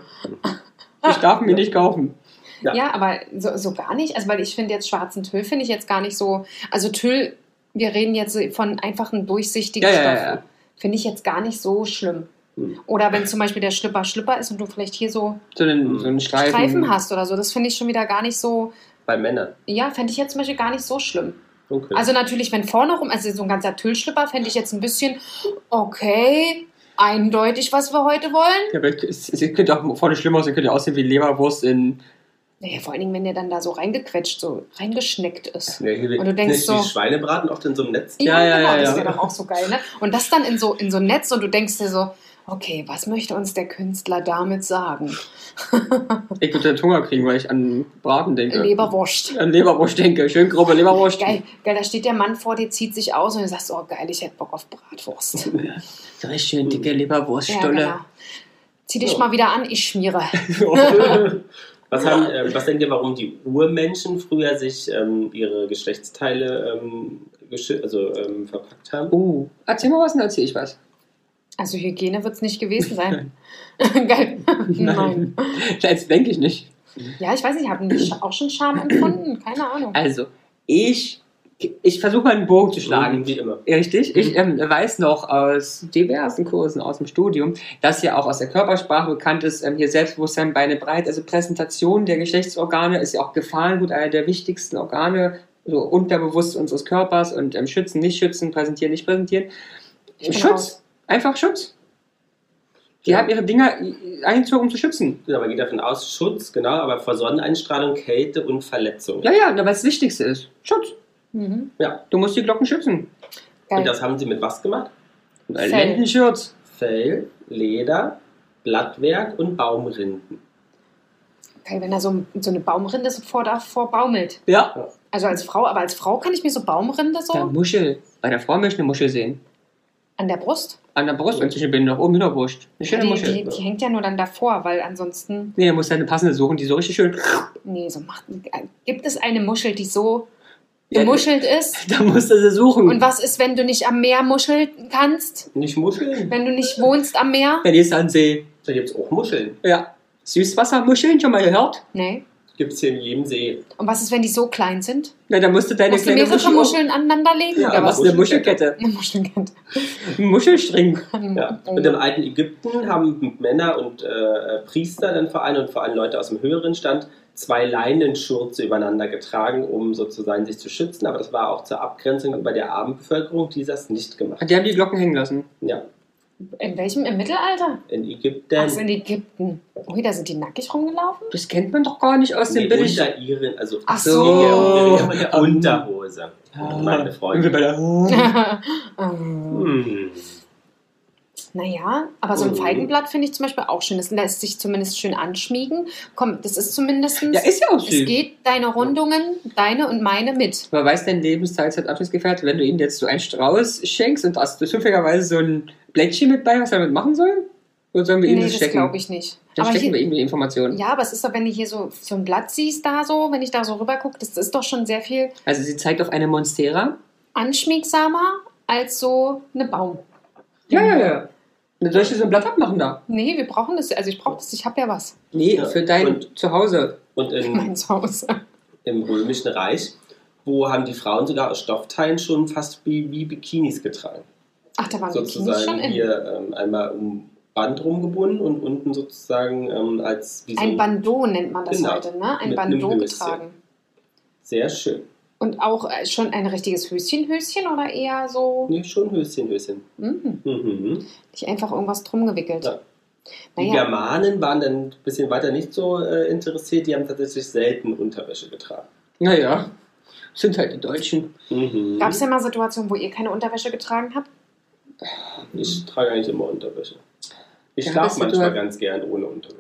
S2: Ich darf ihn mir nicht kaufen.
S5: Ja.
S4: Ja, aber so, so gar nicht. Also, weil ich finde jetzt schwarzen Tüll finde ich jetzt gar nicht so. Also Tüll, wir reden jetzt von einfachen durchsichtigen
S2: Ja, ja, ja,
S4: Stoffen.
S2: ja.
S4: Finde ich jetzt gar nicht so schlimm.
S5: Hm.
S4: Oder wenn zum Beispiel der Schlipper Schlipper ist und du vielleicht hier so
S2: So einen,
S5: Hm.
S2: so einen Streifen.
S4: Streifen, hast oder so, das finde ich schon wieder gar nicht so.
S5: Bei Männern.
S4: Ja, fände ich jetzt zum Beispiel gar nicht so schlimm.
S5: Okay.
S4: Also natürlich, wenn vorne rum, also so ein ganzer Tüllschlipper fände ich jetzt ein bisschen, okay, eindeutig, was wir heute wollen.
S2: Ja, aber es, es könnte auch vorne schlimmer sein, könnte aussehen wie Leberwurst in.
S4: Naja, vor allen Dingen, wenn der dann da so reingequetscht, so reingeschneckt ist.
S5: Ja, hier
S4: Und du denkst
S5: nicht
S4: so-
S5: wie Schweinebraten oft in so einem Netz.
S2: Ja, ja, ja,
S4: genau, das
S2: ja.
S4: wäre doch auch so geil, ne? Und das dann in so, in so ein Netz und du denkst dir so, okay, was möchte uns der Künstler damit sagen?
S2: Ich würde den Hunger kriegen, weil ich an Braten denke.
S4: Leberwurst.
S2: An Leberwurst denke. Schön grobe Leberwurst.
S4: Geil, geil, da steht der Mann vor dir, zieht sich aus und du sagst, oh geil, ich hätte Bock auf Bratwurst.
S2: So eine schön dicke
S5: Hm.
S2: Leberwurststulle.
S4: Ja, genau. Zieh dich
S5: Ja.
S4: mal wieder an, ich schmiere.
S5: was, haben, ähm, was denkt ihr, warum die Urmenschen früher sich ähm, ihre Geschlechtsteile ähm, geschü- also, ähm, verpackt haben?
S4: genau.
S2: Oh, erzähl mal was und erzähl ich was.
S4: Also Hygiene wird es nicht gewesen sein. geil. Nein.
S2: Das denke ich nicht.
S4: Ja, ich weiß nicht, haben die auch schon Scham empfunden? Keine Ahnung.
S2: Also, ich, ich versuche mal einen Bogen zu schlagen.
S5: Wie immer.
S2: Ja, Richtig, ich ähm, weiß noch aus diversen Kursen aus dem Studium, dass ja auch aus der Körpersprache bekannt ist, ähm, hier Selbstbewusstsein, Beine breit, also Präsentation der Geschlechtsorgane ist ja auch Gefahrengut, einer der wichtigsten Organe, so unterbewusst unseres Körpers und ähm, schützen, nicht schützen, präsentieren, nicht präsentieren.
S4: bin
S2: Schutz,
S4: raus.
S2: einfach Schutz. Die
S5: Ja.
S2: haben ihre Dinger äh, eingezogen, um zu schützen.
S5: Ja, man geht davon aus, Schutz, genau, aber vor Sonneneinstrahlung, Kälte und Verletzung.
S2: Ja, ja, na, was das Wichtigste ist, Schutz.
S4: Mhm.
S2: Du musst die Glocken schützen.
S5: Und
S4: Geil.
S5: das haben sie mit was gemacht?
S2: Ein
S4: Fell.
S2: Lendenschürz.
S5: Fell, Leder, Blattwerk und Baumrinden.
S4: geil, wenn da so, so eine Baumrinde so vor, da vor baumelt.
S2: Ja.
S4: Also als Frau, aber als Frau kann ich mir so Baumrinde
S2: Da
S4: so
S2: Muschel. Bei der Frau möchte ich eine Muschel sehen.
S4: an der Brust.
S2: An der Brust und zwischen den noch oben Hinterbrust. Eine schöne
S4: Die,
S2: Muschel.
S4: die, die hängt ja nur dann davor, weil ansonsten.
S2: Nee, da musst du eine passende suchen, die so richtig schön.
S4: Nee, so macht. Gibt es eine Muschel, die so gemuschelt ist?
S2: Da musst du sie suchen.
S4: Und was ist, wenn du nicht am Meer muscheln kannst?
S5: Nicht Muscheln?
S4: Wenn du nicht wohnst am Meer?
S2: Dann gehst du an den See.
S5: Da gibt es auch Muscheln.
S2: Ja. Süßwassermuscheln, schon mal gehört?
S4: Nee.
S5: Gibt es hier in jedem See.
S4: Und was ist, wenn die so klein sind?
S2: Na, da musst du deine
S4: Musst du
S2: kleine
S4: mehrere
S2: Muschel. auch-
S4: Muscheln aneinanderlegen?
S5: Ja,
S2: Da
S4: oder
S2: machst
S4: was?
S2: du eine
S5: Muschelkette.
S2: Muschelkette.
S4: Eine Muscheln kennt.
S2: Einen Muschelstring.
S5: Ja.
S2: Mhm.
S5: Und im alten Ägypten haben Männer und äh, Priester dann vor allem und vor allem Leute aus dem höheren Stand zwei Leinenschürze übereinander getragen, um sozusagen sich zu schützen. Aber das war auch zur Abgrenzung über der Abendbevölkerung, die das nicht gemacht hat.
S2: Die haben die Glocken hängen lassen.
S5: Ja,
S4: In welchem? Im Mittelalter?
S5: in
S4: Ach,
S5: Ägypten.
S4: so in Ägypten. Ui, da sind die nackig rumgelaufen?
S2: Das kennt man doch gar nicht aus
S5: Nee,
S2: dem Billig.
S5: unter ihren, also
S4: Ach
S2: so.
S5: in der-
S2: Oh.
S5: in der Unterhose. Meine
S2: Sind wir
S5: Freunde.
S2: bei der-
S4: Ähm,
S5: Hm.
S4: Naja, aber so ein
S5: Mhm.
S4: Feigenblatt finde ich zum Beispiel auch schön. Das lässt sich zumindest schön anschmiegen. Komm, das ist zumindest.
S2: Ja, ist ja auch
S4: es
S2: süß.
S4: geht deine Rundungen, deine und meine mit.
S2: Man weiß dein Lebenszeitzeitabschlussgefährt, wenn du ihm jetzt so einen Strauß schenkst und hast du zufälligerweise so ein Blättchen mit bei, was er damit machen soll? Oder sollen wir ihm
S4: nee,
S2: das
S4: das
S2: stecken?
S4: glaube ich nicht.
S2: Dann
S4: aber
S2: stecken
S4: hier,
S2: wir ihm die Informationen.
S4: ja, aber es ist doch, wenn du hier so, so ein Blatt siehst, da so, wenn ich da so rüber gucke, das ist doch schon sehr viel
S2: Also sie zeigt auf eine Monstera.
S4: anschmiegsamer als so eine Baum.
S2: Ja, ja, ja. Dann soll ich dir so ein Blatt abmachen da?
S4: Nee, wir brauchen das. Also ich brauche das, ich habe ja was
S2: Nee,
S5: Ja.
S2: für dein
S5: Und-
S2: Zuhause.
S5: Und
S4: für
S5: in,
S4: mein Zuhause.
S5: im Römischen Reich, wo haben die Frauen sogar aus Stoffteilen schon fast wie, wie Bikinis getragen.
S4: Ach, da
S2: Also
S4: waren Bikinis schon
S5: sozusagen
S4: in.
S5: hier ähm, einmal um Band rumgebunden und unten sozusagen ähm, als wie so
S4: Ein Bandeau nennt man das
S5: Genau.
S4: heute, ne? Ein
S5: Mit
S4: Bandeau
S5: einem Höschen.
S4: getragen.
S5: sehr schön.
S4: Und auch äh, schon ein richtiges Höschen-Höschen oder eher so
S5: Nee, schon Höschen, Höschen.
S4: hm,
S5: Mhm.
S4: nicht einfach irgendwas drum gewickelt.
S5: Ja. Die
S4: Naja,
S5: Germanen waren dann ein bisschen weiter nicht so äh, interessiert, die haben tatsächlich selten Unterwäsche getragen.
S2: Naja, sind halt die Deutschen.
S5: Mhm.
S4: gab es denn mal Situationen, wo ihr keine Unterwäsche getragen habt?
S5: Ich trage eigentlich immer Unterwäsche. Ich
S2: Ja,
S5: schlafe
S2: bist du
S5: manchmal
S2: da-
S5: ganz gern ohne Unterwäsche.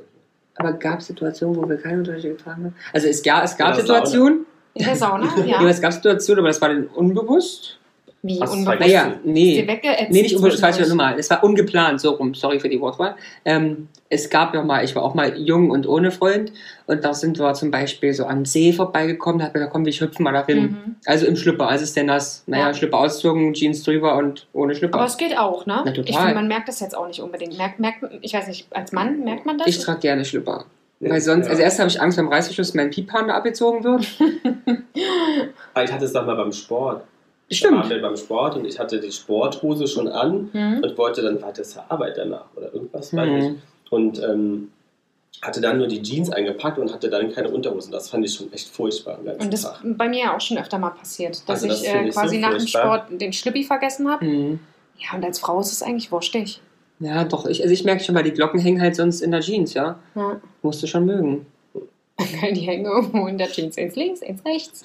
S2: Aber gab es Situationen, wo wir keine Unterschiede getragen haben? Also es, ja, es gab
S5: Oder
S2: Situationen,
S4: In der Sauna?
S2: ja.
S4: Ja.
S2: es gab Situationen, aber das war dann unbewusst.
S4: Wie
S5: Hast du's
S4: unbewusst.
S5: vergessen?
S2: Naja, nee.
S4: Ist dir weggeätzt
S2: Nee, nicht unbedingt, das war
S4: zwischendurch?
S2: normal. Es war ungeplant, so rum, sorry für die Wortwahl. Ähm, es gab ja mal, ich war auch mal jung und ohne Freund und da sind wir zum Beispiel so am See vorbeigekommen, da hat mir gesagt, komm, wir hüpfen mal dahin.
S4: Mhm.
S2: Also im Schlüpper, also ist der nass. Naja,
S4: Ja.
S2: Schlüpper auszogen, Jeans drüber und ohne
S4: Aber
S2: Schlüpper.
S4: es geht auch, ne?
S2: Na, total.
S4: Ich finde, man merkt das jetzt auch nicht unbedingt. Merkt, merkt, ich weiß nicht, als Mann merkt man das?
S2: Ich trage gerne Schlüpper. Weil sonst,
S5: ja.
S2: also erst habe ich Angst, beim Reißverschluss mein Piephahn abgezogen wird.
S5: Aber ich hatte es doch mal beim Sport. Da waren
S2: Stimmt.
S5: wir beim Sport und ich hatte die Sporthose schon an
S4: Hm?
S5: und wollte dann weiter zur Arbeit danach oder irgendwas, weiß ich.
S2: Hm.
S5: und ähm, hatte dann nur die Jeans eingepackt und hatte dann keine Unterhosen. Das fand ich schon echt furchtbar am ganzen
S4: Und das
S5: Tag.
S4: bei mir ja auch schon öfter mal passiert, dass
S5: Also das
S4: ich
S5: finde
S4: äh,
S5: ich so
S4: quasi nach dem
S5: furchtbar.
S4: Sport den Schlippi vergessen habe.
S2: Hm.
S4: Ja, und als Frau ist es eigentlich wurschtig.
S2: Ja, doch, ich, also ich merke schon, weil die Glocken hängen halt sonst in der Jeans, ja.
S4: Ja.
S2: Musst du schon mögen.
S4: Die hängen irgendwo in der Jeans ins links, ins rechts.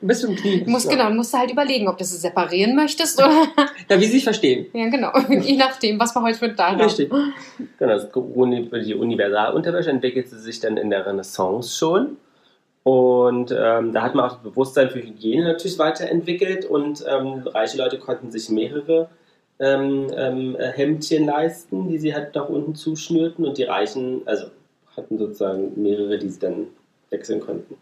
S2: Bis zum Knie.
S4: Du musst, genau, du musst halt überlegen, ob du sie separieren möchtest oder.
S2: Ja, wie sie sich verstehen.
S4: ja, genau. Je nachdem, was wir heute für einen Tag haben.
S2: Richtig.
S5: Genau, das Uni- die Universalunterwäsche entwickelte sich dann in der Renaissance schon. Und ähm, da hat man auch das Bewusstsein für Hygiene natürlich weiterentwickelt und ähm, reiche Leute konnten sich mehrere ähm, ähm, äh, Hemdchen leisten, die sie halt nach unten zuschnürten und die Reichen, also hatten sozusagen mehrere, die sie dann wechseln konnten.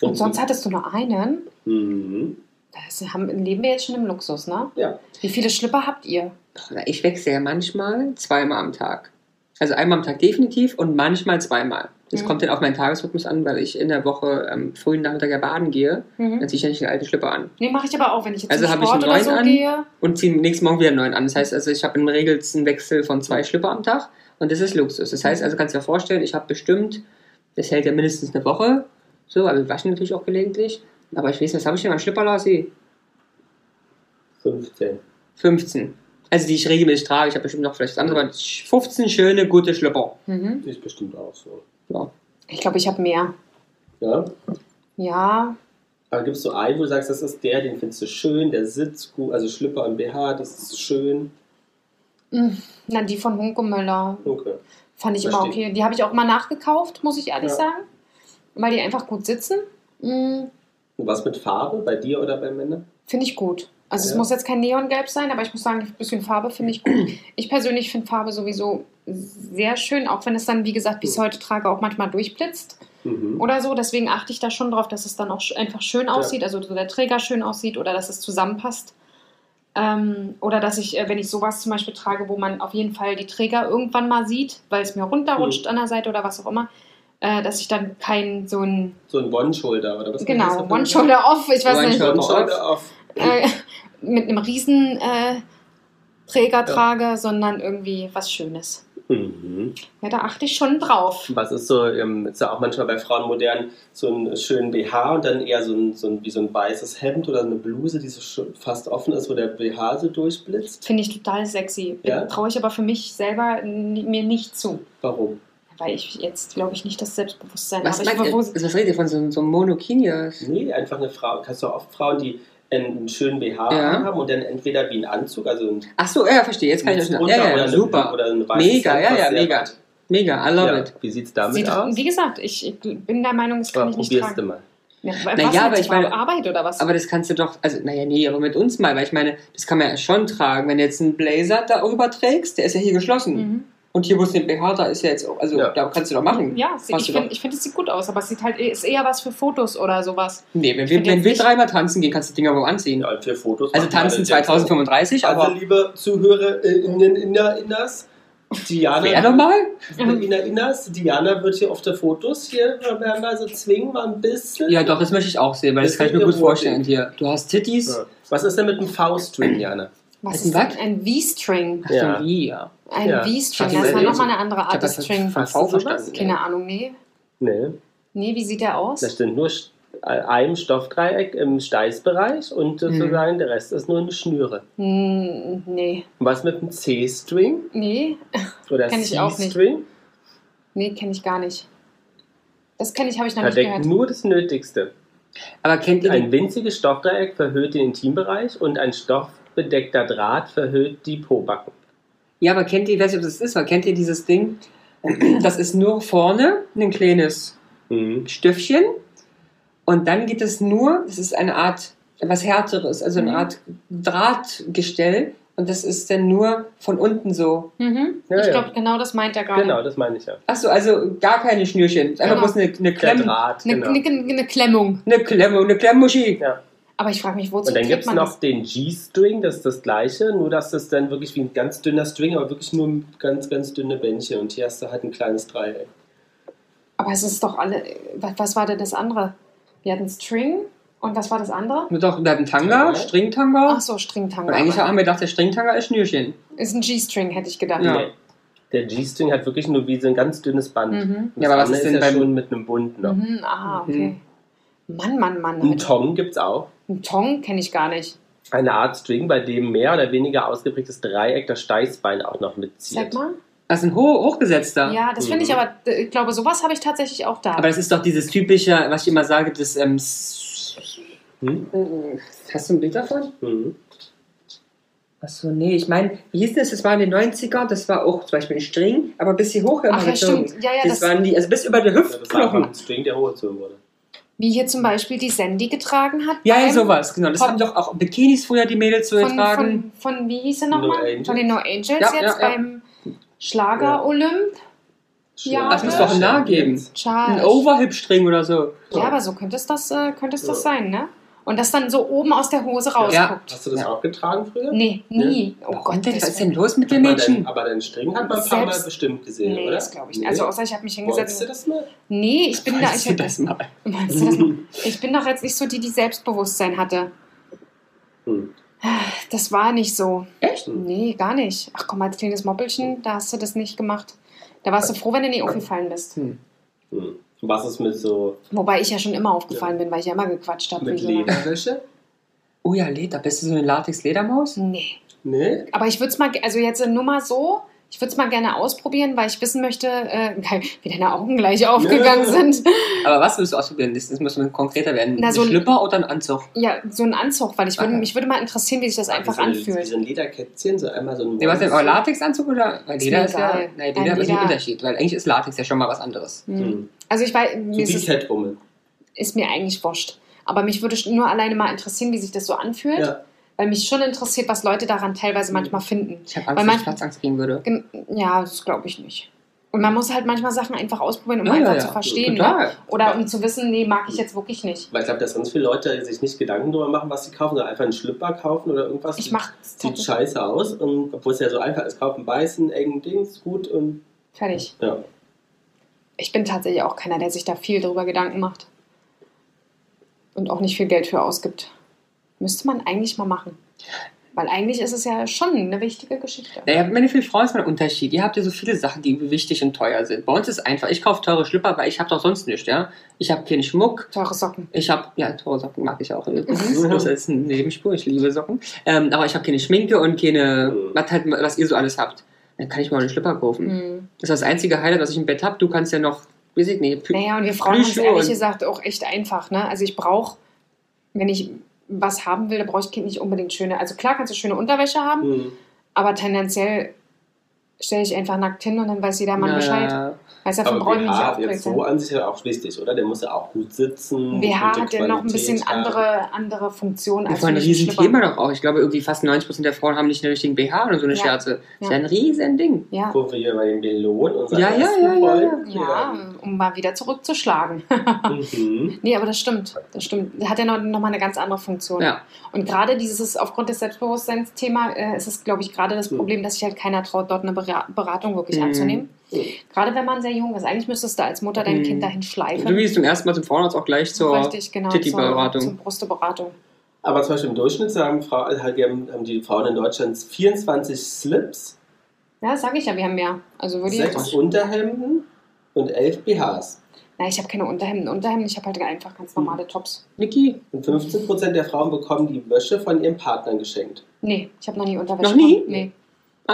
S4: Und sonst hattest du nur einen.
S5: Mhm.
S4: Das haben, leben wir jetzt schon im Luxus, ne?
S5: Ja.
S4: Wie viele Schlipper habt ihr?
S2: Na, Ich wechsle ja manchmal zweimal am Tag. Also einmal am Tag definitiv und manchmal zweimal. Das
S4: Mhm.
S2: kommt dann auf meinen Tagesrhythmus an, weil ich in der Woche am frühen Nachmittag ja baden gehe. Dann
S4: Mhm.
S2: ziehe ich ja nicht den alten Schlipper an.
S4: Nee, mache ich aber auch, wenn ich jetzt
S2: Also
S4: zum
S2: habe ich
S4: Sport
S2: einen
S4: oder so
S2: neuen an?
S4: gehe.
S2: Und ziehe nächsten Morgen wieder einen neuen an. Das heißt also, ich habe im regelsten Wechsel von
S4: Mhm.
S2: zwei Schlipper am Tag. Und das ist Luxus. Das heißt also, kannst du dir vorstellen, ich habe bestimmt, das hält ja mindestens eine Woche. So, aber wir waschen natürlich auch gelegentlich. Aber ich weiß nicht, was habe ich denn an Schlipper, Lassi?
S5: 15.
S2: 15. Also die ich regelmäßig trage. Ich habe bestimmt noch vielleicht was anderes. aber 15 schöne, gute Schlipper.
S4: Mhm.
S5: Ich bestimmt auch so.
S2: Ja.
S4: Ich glaube, ich habe mehr.
S5: Ja?
S4: Ja,
S5: Aber gibt es so einen, wo du sagst, das ist der, den findest du schön, der sitzt gut, also Schlüpper und BH, das ist schön.
S4: Mhm. na, die von Hunkemöller
S5: Okay.
S4: Fand ich immer
S5: Verstehe.
S4: okay. Die habe ich auch immer nachgekauft, muss ich ehrlich
S5: Ja.
S4: sagen. Weil die einfach gut sitzen. Mm,
S5: Und was mit Farbe bei dir oder bei Männern?
S4: Finde ich gut. Also es
S5: Ja.
S4: muss jetzt kein Neongelb sein, aber ich muss sagen, ein bisschen Farbe finde ich gut. Ich persönlich finde Farbe sowieso sehr schön, auch wenn es dann, wie gesagt, wie ich es heute trage, auch manchmal durchblitzt
S5: Mhm.
S4: oder so. Deswegen achte ich da schon drauf, dass es dann auch sch- einfach schön aussieht, also so der Träger schön aussieht oder dass es zusammenpasst. Ähm, oder dass ich, äh, wenn ich sowas zum Beispiel trage, wo man auf jeden Fall die Träger irgendwann mal sieht, weil es mir
S5: Mhm.
S4: runterrutscht an der Seite oder was auch immer, äh, dass ich dann kein so ein,
S5: So ein One-Shoulder oder was? heißt
S4: genau,
S5: das?
S4: One-Shoulder-Off, ich weiß nicht,
S2: One-Shoulder
S5: One-Shoulder off.
S4: äh, mit einem riesen äh, Träger trage, sondern irgendwie was Schönes.
S5: Mhm.
S4: Ja, da achte ich schon drauf.
S5: Was ist so, ähm, ist ja auch manchmal bei Frauen modern, so ein schönen BH und dann eher so ein, so ein, wie so ein weißes Hemd oder eine Bluse, die so sch- fast offen ist, wo der BH so durchblitzt.
S4: Finde ich total sexy.
S5: Ja?
S4: Traue ich aber für mich selber n- mir nicht zu.
S5: Warum?
S4: Weil ich jetzt, glaube ich, nicht das Selbstbewusstsein
S2: Was,
S4: habe. Ich
S2: meint ihr,
S4: bewusst-
S2: was redet ihr von so, so einem Monokini?
S5: Nee, einfach eine Frau. Hast du oft Frauen, die einen schönen BH
S2: Ja.
S5: haben und dann entweder wie einen Anzug, also ein
S2: Ach so, ja, verstehe. Jetzt kann ich euch
S5: Nichts
S2: noch.
S5: drunter
S2: Ja, ja,
S5: oder
S2: ja,
S5: eine-
S2: super.
S5: Oder ein weißes
S2: Mega,
S5: Hemd,
S2: ja,
S5: was
S2: ja,
S5: sehr
S2: mega.
S5: weit-
S2: Mega, I love
S5: Ja,
S2: it.
S5: wie sieht's damit
S4: Sieht,
S5: aus?
S4: wie gesagt, ich ich bin der Meinung, das
S5: Ja,
S4: kann ich nicht
S5: probierst du
S4: tragen.
S5: mal.
S4: Ja, was
S2: ja,
S4: jetzt
S2: aber ich meine-
S4: Arbeit oder was?
S2: Aber das kannst du doch, also, naja, nee, aber mit uns mal, weil ich meine, das kann man ja schon tragen. Wenn du jetzt einen Blazer darüber trägst, der ist ja hier geschlossen.
S4: mhm.
S2: Und hier, wo es den BH da ist, ja jetzt auch, also,
S5: Ja.
S2: da kannst du doch machen.
S4: Ja, sie-
S2: Machst
S4: ich
S2: du
S4: finde, ich find, es sieht gut aus, aber es sieht halt, ist eher was für Fotos oder sowas.
S2: Nee, wenn
S4: Ich
S2: wir,
S4: find jetzt
S2: wenn wir
S4: nicht-
S2: dreimal tanzen gehen, kannst du die Dinger wohl anziehen.
S5: Ja, und für Fotos.
S2: Also
S5: machen wir
S2: tanzen
S5: das jetzt.
S2: 2035,
S5: Also,
S2: aber.
S5: liebe ZuhörerInnen, Inner, Inners, Diana.
S2: Wer nochmal?
S5: Inner, Inners, Diana wird hier auf der Fotos hier, wir werden also zwingen mal ein bisschen.
S2: Ja, doch, das möchte ich auch sehen, weil das,
S5: Das
S2: kann ich mir
S5: sind
S2: gut
S5: die Ruhe,
S2: vorstellen hier. Du hast Titties.
S5: Ja. Was ist denn mit dem V-String, Diana?
S4: Was
S2: ein
S4: ist denn
S2: Wack?
S4: ein V-String?
S2: Ach
S5: Ja.
S2: so, wie, ja.
S4: Ein
S5: Ja.
S4: V-String,
S2: Hast du
S4: das ist
S2: eine
S4: ja
S2: Idee?
S4: nochmal eine andere
S2: Ich
S4: Art
S2: habe
S4: des
S2: das von
S4: Strings.
S2: V verstanden.
S4: Keine Ahnung, nee.
S5: Nee,
S4: Nee, wie sieht der
S5: da
S4: aus?
S5: steht nur St- ein Stoffdreieck im Steißbereich
S4: Mhm.
S5: und sozusagen der Rest ist nur eine Schnüre.
S4: Hm, nee,
S5: Und was mit dem C-String
S4: nee,
S5: oder
S4: Kenn ich auch nicht.
S5: C-String?
S4: nee, kenne ich gar nicht. Das kenne ich, habe ich noch
S5: Da
S4: nicht
S5: deckt
S4: gehört. Mhm.
S5: nur das Nötigste.
S2: Aber kennt ihr die
S5: Ein winziges Stoffdreieck verhüllt den Intimbereich und ein stoffbedeckter Draht verhüllt die Pobacken.
S2: Ja, aber kennt ihr, ich weiß nicht, ob das ist, aber kennt ihr dieses Ding? Das ist nur vorne ein kleines
S5: Mhm.
S2: Stöffchen und dann geht es nur, es ist eine Art, was härteres, also eine
S4: Mhm.
S2: Art Drahtgestell und das ist dann nur von unten so.
S4: Mhm.
S5: Ja,
S4: ich
S5: ja.
S4: glaube, genau das meint er gerade.
S5: Genau, das meine ich ja.
S2: Achso, also gar keine Schnürchen, einfach
S4: Genau.
S2: bloß eine, eine
S5: Der
S2: Klemme.
S5: Draht,
S4: Eine,
S5: genau.
S4: eine, eine Klemmung.
S2: Eine Klemme, eine Klemmmuschi.
S5: Ja.
S4: Aber ich frage mich, wozu
S5: Und dann
S4: trägt
S5: gibt es
S4: man
S5: noch
S4: das?
S5: den G-String, das ist das gleiche, nur dass das dann wirklich wie ein ganz dünner String, aber wirklich nur ganz, ganz dünne Bändchen. Und hier hast du halt ein kleines Dreieck.
S4: Aber es ist doch alle. Was, was war denn das andere? Wir hatten String und was war das andere?
S2: Und Doch, da hat ein Tanga,
S5: Ja.
S2: Stringtanga.
S4: Ach so,
S2: Und
S4: Stringtanga.
S2: eigentlich haben wir gedacht, der Stringtanga ist Schnürchen.
S4: Ist ein G-String, hätte ich gedacht.
S2: Ja.
S5: Nee. Der G-String hat wirklich nur wie so ein ganz dünnes Band.
S4: Mhm.
S5: Das
S2: Ja, aber was
S5: andere
S2: ist denn
S5: ja
S2: beim-
S5: schon mit einem Bund noch?
S4: Mhm, ah, okay. Mann, Mann, Mann.
S5: Ein Tong gibt es auch.
S4: Ein Tong kenne ich gar nicht.
S5: Eine Art String, bei dem mehr oder weniger ausgeprägtes Dreieck das Steißbein auch noch mitzieht.
S4: Zeig mal.
S2: Das ist ein ho hochgesetzter.
S4: Ja, das finde ich
S5: Mhm.
S4: aber, ich glaube, sowas habe ich tatsächlich auch da.
S2: Aber das ist doch dieses typische, was ich immer sage, das ähm, s-
S5: Hm?
S2: Äh, Hast du ein Bild davon?
S5: Mhm.
S2: Achso, nee, ich meine, wie hieß das? Das war in den 90er, das war auch zum Beispiel ein String, aber bis hier hoch immer
S4: Ach ja,
S2: gezogen.
S4: stimmt. Ja, ja,
S2: das,
S4: das,
S2: waren die, also bis über die
S5: Ja, Das war einfach
S2: Hüftknochen.
S5: ein String, der hochgezogen wurde.
S4: wie hier zum Beispiel die Sandy getragen hat.
S2: Ja, ja,
S4: beim-
S2: sowas, genau. Das
S4: Von-
S2: haben doch auch Bikinis früher die Mädels so
S4: Von,
S2: getragen.
S4: von, von wie hieß er
S5: No
S4: nochmal?
S5: Angels.
S4: von den No Angels
S2: Ja,
S4: jetzt
S2: ja, ja.
S4: beim Schlager-Olymp. Ja,
S2: das muss doch ein Nah geben.
S4: Charles.
S2: Ein Overhip-String oder so.
S4: Ah, Ja, aber so könnte es das, äh, könnte es das
S5: Ja.
S4: sein, ne? Und das dann so oben aus der Hose rausguckt.
S5: Hast du das
S2: Ja.
S5: auch getragen früher?
S4: Nee, nie. Oh
S2: Warum
S4: Gott,
S2: denn? was
S4: das
S2: ist denn los mit den
S5: Aber dein,
S2: Mädchen?
S5: aber deinen String hat man ein paar Mal
S4: Selbst-
S5: bestimmt gesehen,
S4: Nee,
S5: oder?
S4: das glaube ich nicht. Also außer ich habe mich
S5: Wolltest du
S4: hingesetzt.
S5: das mal?
S4: Nee, ich bin da.
S2: Weißt du
S4: Ich,
S2: das mal?
S4: meinst du das noch? ich bin doch jetzt nicht so die, die Selbstbewusstsein hatte.
S5: Hm.
S4: Das war nicht so.
S2: Echt?
S4: Nee, gar nicht. Ach komm, als kleines Moppelchen, da hast du das nicht gemacht. Da warst du froh, wenn du nie aufgefallen bist.
S2: Hm.
S5: Hm. Was ist mit so
S4: Wobei ich ja schon immer aufgefallen bin, weil ich ja immer gequatscht habe.
S5: mit
S4: wie so eine-
S5: Lederwäsche?
S2: Oh ja, Leder. Bist du so eine Latex-Ledermaus?
S4: Nee.
S5: Nee?
S4: Aber ich würde es mal, ge- also jetzt nur mal so, ich würde es mal gerne ausprobieren, weil ich wissen möchte, äh, geil, wie deine Augen gleich aufgegangen sind.
S2: Aber was willst du ausprobieren? Das, das muss man konkreter werden.
S4: Na,
S2: ein
S4: so ein-
S2: Schlüpper oder ein Anzug?
S4: Ja, so ein Anzug, weil ich würde,
S2: Aha.
S4: mich würde mal interessieren, wie sich das einfach
S5: Wie so ein- Wie so
S4: anfühlt.
S5: ein Lederkätzchen, so einmal so ein.
S2: Nee, was denn? Aber Latexanzug oder? Weil
S4: Ist
S2: Leder
S4: mir
S2: ist ja.
S4: egal.
S2: Nein,
S4: Ein
S2: Leder ist ein
S4: Leder-
S2: Unterschied, weil eigentlich ist Latex ja schon mal was anderes.
S4: Hm.
S5: Hm.
S4: Also ich weiß,
S5: So
S4: mir
S5: wie halt-
S4: ist, es,
S5: Catwoman.
S4: ist mir eigentlich wurscht. Aber mich würde nur alleine mal interessieren, wie sich das so anfühlt.
S5: Ja.
S4: Weil mich schon interessiert, was Leute daran teilweise manchmal finden.
S2: Ich habe
S4: Weil
S2: Angst, dass ich
S4: manch-
S2: Platzangst kriegen würde.
S4: Gen- Ja, das glaube ich nicht. Und man muss halt manchmal Sachen einfach ausprobieren, um
S2: Ja, ja,
S4: einfach
S2: ja.
S4: zu verstehen. Ne?
S2: Total.
S4: Oder um zu wissen, nee, mag ich jetzt wirklich nicht.
S5: Weil ich glaube, dass ganz viele Leute sich nicht Gedanken darüber machen, was sie kaufen, sondern einfach einen Schlüpper kaufen oder irgendwas.
S4: Ich mache es
S5: Sieht scheiße aus, und obwohl es ja so einfach ist, kaufen weißen, engen Dings, gut und
S4: fertig.
S5: ja.
S4: Ich bin tatsächlich auch keiner, der sich da viel drüber Gedanken macht. Und auch nicht viel Geld für ausgibt. Müsste man eigentlich mal machen. Weil eigentlich ist es ja schon eine wichtige Geschichte.
S2: Naja, meine viele Frauen ist mal ein Unterschied. Ihr habt ja so viele Sachen, die irgendwie wichtig und teuer sind. Bei uns ist einfach, ich kaufe teure Schlüpper, aber ich habe doch sonst nichts, ja. Ich habe keinen Schmuck,
S4: Teure Socken.
S2: Ich habe, ja, teure Socken mag ich auch.
S4: Mhm.
S2: Das ist bloß als eine Nebenspur, ich liebe Socken. Ähm, aber ich habe keine Schminke und keine,
S5: Mhm.
S2: was, halt, was ihr so alles habt. Dann kann ich mal einen Schlipper kaufen.
S4: Hm.
S2: Das ist das einzige Highlight, was ich im Bett habe. Du kannst ja noch, weiß ich nicht, Pü-
S4: Naja, und wir Frauen haben es
S2: Plüsche
S4: ehrlich
S2: und-
S4: gesagt auch echt einfach. Ne? Also ich brauche, wenn ich was haben will, da brauche ich nicht unbedingt schöne. Also klar kannst du schöne Unterwäsche haben,
S5: Hm.
S4: aber tendenziell stelle ich einfach nackt hin und dann weiß jeder Mann
S2: Na,
S4: Bescheid. Weißt du,
S5: Aber
S4: dafür brauche ich mich nicht
S5: BH hat
S4: aufregen.
S5: jetzt so an sich ja auch wichtig, oder? Der muss ja auch gut sitzen.
S4: BH
S5: gute
S4: hat ja noch ein bisschen
S5: Qualität haben.
S4: andere, andere Funktionen
S2: Das war ein
S4: nur
S2: Riesenthema
S4: Schlipper.
S2: doch auch. Ich glaube, irgendwie fast 90% der Frauen haben nicht einen richtigen BH oder so eine
S4: Ja.
S2: Scherze. Das ist ja
S4: Ja.
S2: ein riesen Ding.
S4: Ja.
S5: Gucken wir hier bei den Belohn und
S2: Ja, ja, ja, ja, ja.
S4: ja, um mal wieder zurückzuschlagen.
S5: Mhm.
S4: nee, aber das stimmt. Das stimmt. Hat ja noch, noch mal eine ganz andere Funktion.
S2: Ja.
S4: Und gerade dieses, aufgrund des Selbstbewusstseins-Thema, äh, ist es, glaube ich, gerade das
S5: Mhm.
S4: Problem, dass sich halt keiner traut, dort eine Bera- Beratung wirklich
S2: Mhm.
S4: anzunehmen.
S5: Mhm.
S4: Gerade wenn man sehr jung ist. Eigentlich müsstest du als Mutter dein
S2: Mhm.
S4: Kind dahin schleifen.
S2: Du gehst zum ersten Mal zum Frauenarzt auch gleich zur.
S4: Richtig, genau.
S2: Titty-Beratung.
S4: Zur, zur Brusteberatung.
S5: Aber zum Beispiel im Durchschnitt sagen Frau, halt, die haben, haben die Frauen in Deutschland 24 Slips,
S4: Ja, sage ich ja, wir haben mehr. Also würde ich jetzt
S5: 6 Unterhemden und 11 BHs.
S4: Nein, ich habe keine Unterhemden. Unterhemden, ich habe halt einfach ganz
S2: Hm.
S4: normale Tops.
S2: Niki,
S5: Und 15% der Frauen bekommen die Wäsche von ihrem Partner geschenkt.
S4: Nee, ich habe noch nie Unterwäsche.
S2: Noch nie?
S4: bekommen. Nee,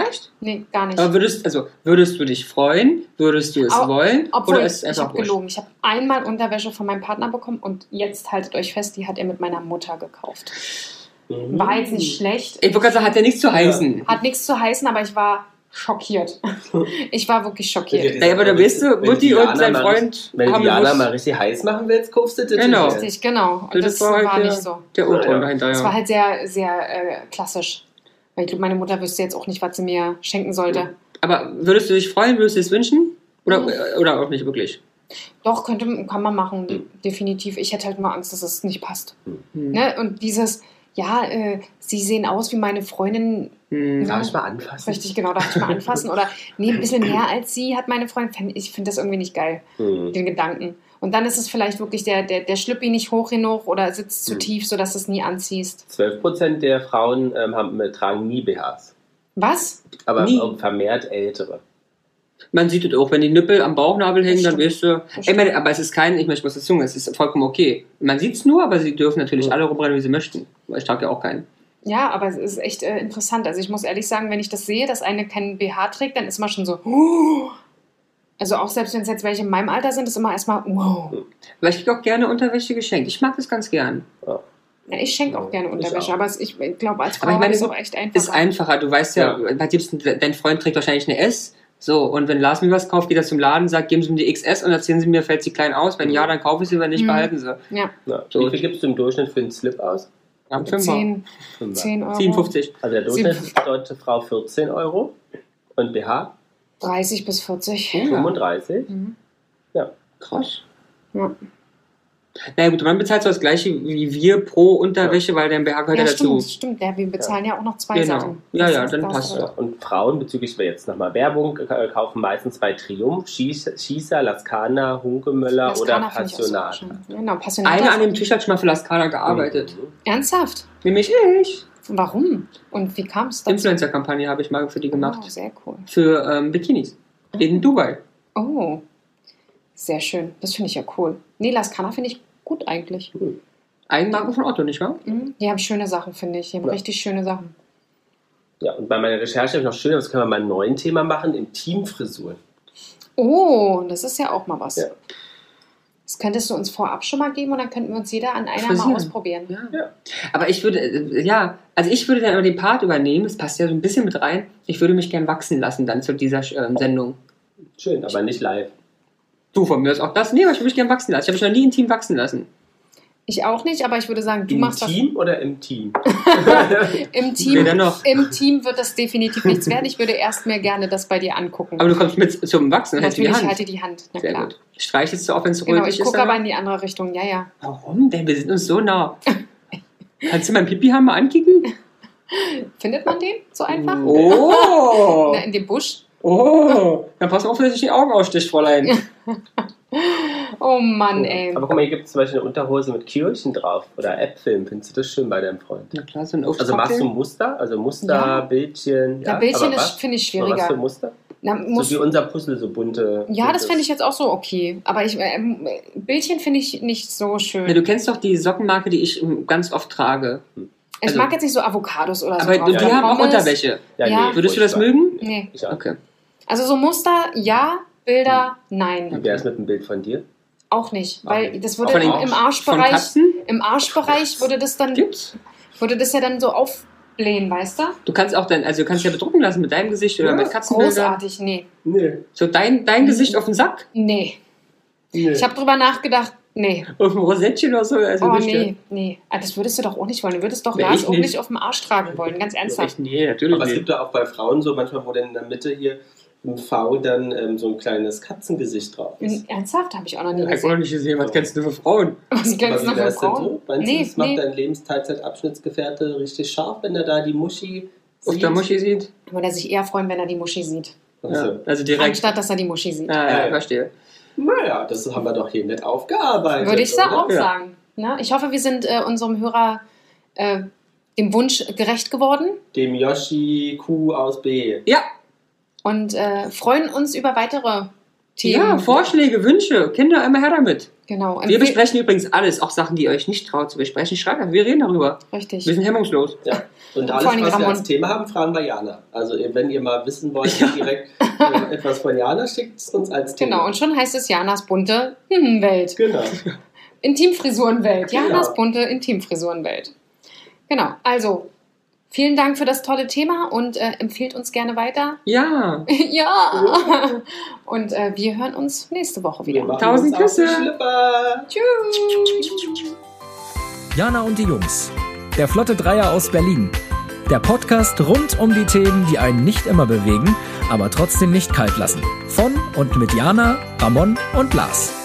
S2: echt?
S4: nee, gar nicht.
S2: Aber würdest, also, würdest du dich freuen? Würdest du es
S4: Au-
S2: wollen?
S4: Obwohl,
S2: oder ist es
S4: ich
S2: einfach
S4: habe
S2: wurscht?
S4: gelogen. Ich habe einmal Unterwäsche von meinem Partner bekommen und jetzt haltet euch fest, die hat er mit meiner Mutter gekauft.
S5: Mhm.
S4: War jetzt nicht schlecht.
S2: Mm. Ich wollte gerade sagen, hat ja nichts zu heißen.
S4: Hat nichts zu heißen, aber ich war schockiert. Ich war wirklich schockiert.
S2: Ja, aber da bist du,
S5: Wenn
S2: Mutti
S5: Diana
S2: und sein
S5: mal
S2: Freund
S5: Wenn du
S2: haben
S5: Diana mal
S2: gewusst,
S5: richtig heiß machen willst, kaufst du das
S2: Genau.
S5: nicht.
S4: Richtig, genau. Und das,
S2: Das war halt
S4: war
S2: der-
S4: nicht so.
S2: der Unton dahinter,
S4: Es war
S2: ja.
S4: halt sehr, sehr äh, klassisch. Weil ich glaube, meine Mutter wüsste jetzt auch nicht, was sie mir schenken sollte.
S2: Aber würdest du dich freuen, würdest du es wünschen? Oder, oder auch nicht wirklich?
S4: Doch, könnte, kann man machen, definitiv. Ich hätte halt nur Angst, dass es nicht passt.
S2: Hm.
S4: Ne? Und dieses, ja, äh, sie sehen aus wie meine Freundin,
S2: Hm.
S5: Darf ich mal anfassen?
S4: richtig genau, darf ich mal anfassen? Oder nee, ein bisschen mehr als sie hat meine Freundin. Fänd- Ich finde das irgendwie nicht geil,
S5: Mhm.
S4: den Gedanken. Und dann ist es vielleicht wirklich der, der, der Schlüppi nicht hoch genug oder sitzt zu
S5: Mhm.
S4: tief, sodass du es nie anziehst.
S5: 12% der Frauen ähm, haben, tragen nie BHs.
S4: Was?
S5: Aber
S2: Nie.
S5: auch vermehrt ältere.
S2: Man sieht es auch, wenn die Nippel am Bauchnabel hängen, dann
S4: stimmt.
S2: weißt du. Ich meine, aber es ist kein, ich möchte was dazu sagen, es ist vollkommen okay. Man sieht es nur, aber sie dürfen natürlich
S5: Ja.
S2: alle rumrennen, wie sie möchten. Weil ich trage ja auch keinen.
S4: Ja, aber es ist echt äh, interessant. Also ich muss ehrlich sagen, wenn ich das sehe, dass eine keinen BH trägt, dann ist man schon so, "Huh." also auch selbst wenn es jetzt welche in meinem Alter sind, ist immer erstmal, wow.
S2: Aber ich kriege auch gerne Unterwäsche geschenkt. Ich mag das ganz gern.
S4: Ja, ich schenke auch gerne
S5: Ich
S4: Unterwäsche,
S5: auch.
S4: aber es, ich glaube, als
S2: Aber
S4: Frau
S2: ich meine,
S4: ist es
S2: gut,
S4: auch echt einfach.
S2: Ist einfacher, du weißt ja, bei liebsten, dein Freund trägt wahrscheinlich eine S. So, und wenn Lars mir was kauft, geht er zum Laden, sagt, geben Sie mir die XS und erzählen Sie mir, fällt sie klein aus. Wenn ja, dann kaufe ich sie, wenn nicht,
S4: Mhm.
S2: behalten sie.
S5: Ja.
S2: So.
S5: Wie viel gibst du im Durchschnitt für einen Slip aus?
S2: Ja, Fünfer.
S4: 10,
S5: Fünfer.
S4: 10 Euro.
S2: 57.
S5: Also der
S4: Sieben.
S5: Durchschnitt ist deutsche Frau 14 Euro und BH
S4: 30 bis
S2: Hm?
S4: 40.
S5: 35.
S4: Mhm.
S2: Krass.
S4: Ja.
S2: Naja gut, man bezahlt so das gleiche wie wir pro Unterwäsche, weil dein BH gehört ja,
S4: Ja,
S2: dazu.
S4: stimmt, stimmt. Ja, wir bezahlen ja. auch noch zwei
S2: Genau.
S4: Sachen.
S2: Ja,
S4: Das
S2: ja,
S4: ist-
S2: dann
S4: das
S2: passt
S4: ist-
S5: Ja. Und Frauen bezüglich, wir jetzt nochmal Werbung, äh, kaufen meistens bei Triumph, Schieß- Schießer, Laskana, Hunkemöller
S4: das
S5: oder
S4: kann er, finde ich, auch so
S5: Passionat.
S4: schön. Genau, Passionata.
S2: Eine an dem
S4: ist-
S2: Tisch hat schon mal für Laskana gearbeitet.
S5: Mhm.
S4: Ernsthaft?
S2: Nämlich ich.
S4: Warum? Und wie kam es dazu?
S2: Influencer-Kampagne habe ich mal für die gemacht.
S4: Oh, sehr cool.
S2: Für ähm, Bikinis.
S4: Mhm.
S2: In Dubai.
S4: Oh, sehr schön. Das finde ich ja cool. Nee, Laskana finde ich gut eigentlich.
S2: Eigenmarke von Otto, nicht wahr?
S4: Mhm. Die haben schöne Sachen, finde ich. Die haben
S5: Ja.
S4: richtig schöne Sachen.
S5: Ja, und bei meiner Recherche habe ich noch schön, das können wir mal ein neues Thema machen, Intimfrisuren.
S4: Oh, das ist ja auch mal was.
S5: Ja.
S4: Das könntest du uns vorab schon mal geben und dann könnten wir uns jeder an einer
S2: Frisieren.
S4: mal ausprobieren.
S2: Ja.
S5: Ja.
S2: Aber ich würde, äh, ja, also ich würde dann immer den Part übernehmen, das passt ja so ein bisschen mit rein. Ich würde mich gern wachsen lassen dann zu dieser ähm, Sendung.
S5: Schön, aber nicht live.
S2: Du von mir ist auch das. Nee, aber ich würde mich gern wachsen lassen. Ich habe mich noch nie intim wachsen lassen.
S4: Ich auch nicht, aber ich würde sagen, du
S5: Im
S4: machst
S5: Team oder im Team?
S4: das. Im
S2: Wer
S4: Team,
S2: denn noch?
S4: Im Team wird das definitiv nichts werden. Ich würde erst mir gerne das bei dir angucken.
S2: Aber du kommst mit zum Wachsen, hältst du die
S4: Natürlich
S2: Hand.
S4: halte die Hand, na
S2: Sehr
S4: klar.
S2: gut. Streich jetzt so auf, wenn es
S4: Genau,
S2: ruhig
S4: ich
S2: ist.
S4: gucke
S2: dann-
S4: aber in die andere Richtung. Ja, ja.
S2: Warum denn? Wir sind uns so nah. Kannst du meinen Pipi-Hammer ankicken?
S4: Findet man den so einfach?
S2: Oh!
S4: Na, in dem Busch?
S2: Oh! Dann pass auf, dass ich die Augen ausstich, Fräulein.
S4: Oh Mann, ey.
S5: Aber guck mal, hier gibt es zum Beispiel eine Unterhose mit Kirchen drauf oder Äpfeln. Findest du das schön bei deinem Freund?
S2: Na klar, so ein
S5: Also machst du
S2: Auftrag.
S5: Muster? Also Muster,
S4: Ja.
S5: Bildchen.
S4: Ja, Bildchen
S5: aber was?
S4: ist, finde ich,
S5: Aber Was für
S4: schwieriger.
S5: Muster?
S4: Na, muss,
S5: so wie unser Puzzle, so bunte.
S4: ja, das fände ich jetzt auch so okay. Aber ich, ähm, Bildchen finde ich nicht so schön.
S2: Na, du kennst doch die Sockenmarke, die ich ähm, ganz oft trage.
S4: ich
S2: also-
S4: mag jetzt nicht so Avocados oder so.
S2: Aber
S4: drauf.
S2: die
S5: Ja.
S2: haben auch
S4: Pommes,
S2: Unterwäsche.
S4: Ja.
S2: Würdest du das mögen?
S4: Nee.
S5: Ich auch.
S2: Okay.
S4: Also so Muster, ja. Bilder, nein.
S5: Wie wäre es mit einem Bild von dir?
S4: Auch nicht. Weil
S5: Okay.
S4: das
S2: Auch
S4: würde
S2: von
S4: im,
S2: den-
S4: im
S2: Von
S4: Arschbereich,
S2: Katzen
S4: im Arschbereich würde das dann,
S2: gibt's.
S4: würde das ja dann so aufblähen, weißt du?
S2: Du kannst auch dein, also du kannst ja bedrucken lassen mit deinem Gesicht oder
S5: Ja,
S2: mit Katzenbildern.
S4: Großartig, Mhm. nee.
S5: Nee.
S2: So dein, dein Gesicht auf den Sack,
S4: Nee.
S5: nee.
S4: Ich habe drüber nachgedacht, nee.
S2: auf dem Rosettchen oder so. Also
S4: Oh
S2: nicht, ja.
S4: nee, nee. Ah, Das würdest du doch auch nicht wollen. Du würdest doch
S2: Nee,
S4: Lars
S2: ich
S4: auch
S2: nicht.
S4: nicht auf dem Arsch tragen wollen, ganz ernsthaft.
S2: also Echt? Nee, natürlich
S5: Aber es
S2: nicht.
S5: gibt ja auch bei Frauen so manchmal, wo dann in der Mitte hier im V dann ähm, so ein kleines Katzengesicht drauf ist.
S4: Hm, Ernsthaft habe ich auch noch nie
S2: Ich hab auch
S4: gesehen.
S2: noch nicht gesehen, was kennst du für Frauen?
S4: Was
S5: Aber
S4: glaubst
S5: wie
S4: du noch von
S5: wär's denn
S4: Frauen?
S5: so? Meinst
S4: Nee,
S5: du, das macht
S4: nee.
S5: dein Lebensteilzeitabschnittsgefährte richtig scharf, wenn er da die Muschi
S2: Auf
S5: sieht?
S2: der Muschi sieht?
S4: Würde er sich eher freuen, wenn er die Muschi sieht.
S2: Ja.
S5: Also,
S2: Also direkt.
S4: Anstatt, dass er die Muschi sieht.
S2: Ah, ja,
S5: Ja.
S2: verstehe.
S5: naja, das haben wir doch hier nett aufgearbeitet.
S4: Würde ich da
S5: oder?
S4: auch
S2: Ja.
S4: sagen. Na, ich hoffe, wir sind äh, unserem Hörer äh, dem Wunsch gerecht geworden
S5: Dem Yoshi Q aus B.
S2: Ja,
S4: und äh, freuen uns über weitere Themen.
S2: ja, Vorschläge, Wünsche, Kinder, immer her damit.
S4: Genau.
S2: Wir
S4: Empfeh-
S2: besprechen übrigens alles, auch Sachen, die ihr euch nicht traut zu besprechen. Schreibt einfach, wir reden darüber. Wir
S4: Richtig.
S2: sind hemmungslos.
S5: Und
S4: Vor
S5: alles,
S4: allen Dingen
S5: was wir
S4: Ramon.
S5: als Thema haben, fragen wir Jana. Also wenn ihr mal wissen wollt, direkt äh, etwas von Jana, schickt es uns als Thema.
S4: Genau. Und schon heißt es Janas bunte hm, Welt.
S5: Genau.
S4: Intimfrisurenwelt. Ja,
S5: Genau.
S4: das bunte Intimfrisurenwelt. Genau. Also, vielen Dank für das tolle Thema und äh, empfehlt uns gerne weiter.
S2: Ja,
S4: ja. Und äh, wir hören uns nächste Woche
S5: Wir
S4: wieder.
S5: machen
S2: Tausend
S5: uns auf die
S2: Küsse.
S5: Schlipper.
S4: Tschüss.
S3: Jana und die Jungs. Der Flotte Dreier aus Berlin. Der Podcast rund um die Themen, die einen nicht immer bewegen, aber trotzdem nicht kalt lassen. Von und mit Jana, Ramon und Lars.